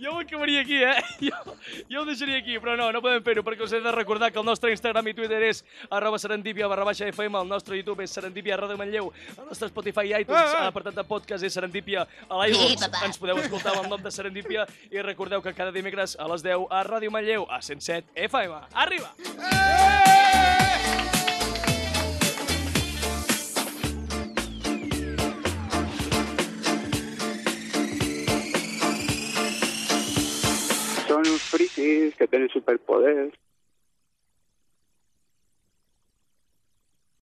Jo ho acabaria aquí, eh? Jo, jo ho deixaria aquí, però no, no podem fer-ho, perquè us he de recordar que el nostre Instagram i Twitter és arroba serendipia barra baixa FM, el nostre YouTube és serendipia Ràdio Manlleu, el nostre Spotify i iTunes, Ah, ah. ah, l'apartat de podcast és serendipia a l'iTunes. Ens podeu escoltar amb el nom de serendipia i recordeu que cada dimecres a les 10 a Ràdio Manlleu, a 107 FM. Arriba! Son unos frikis que tienen superpoder.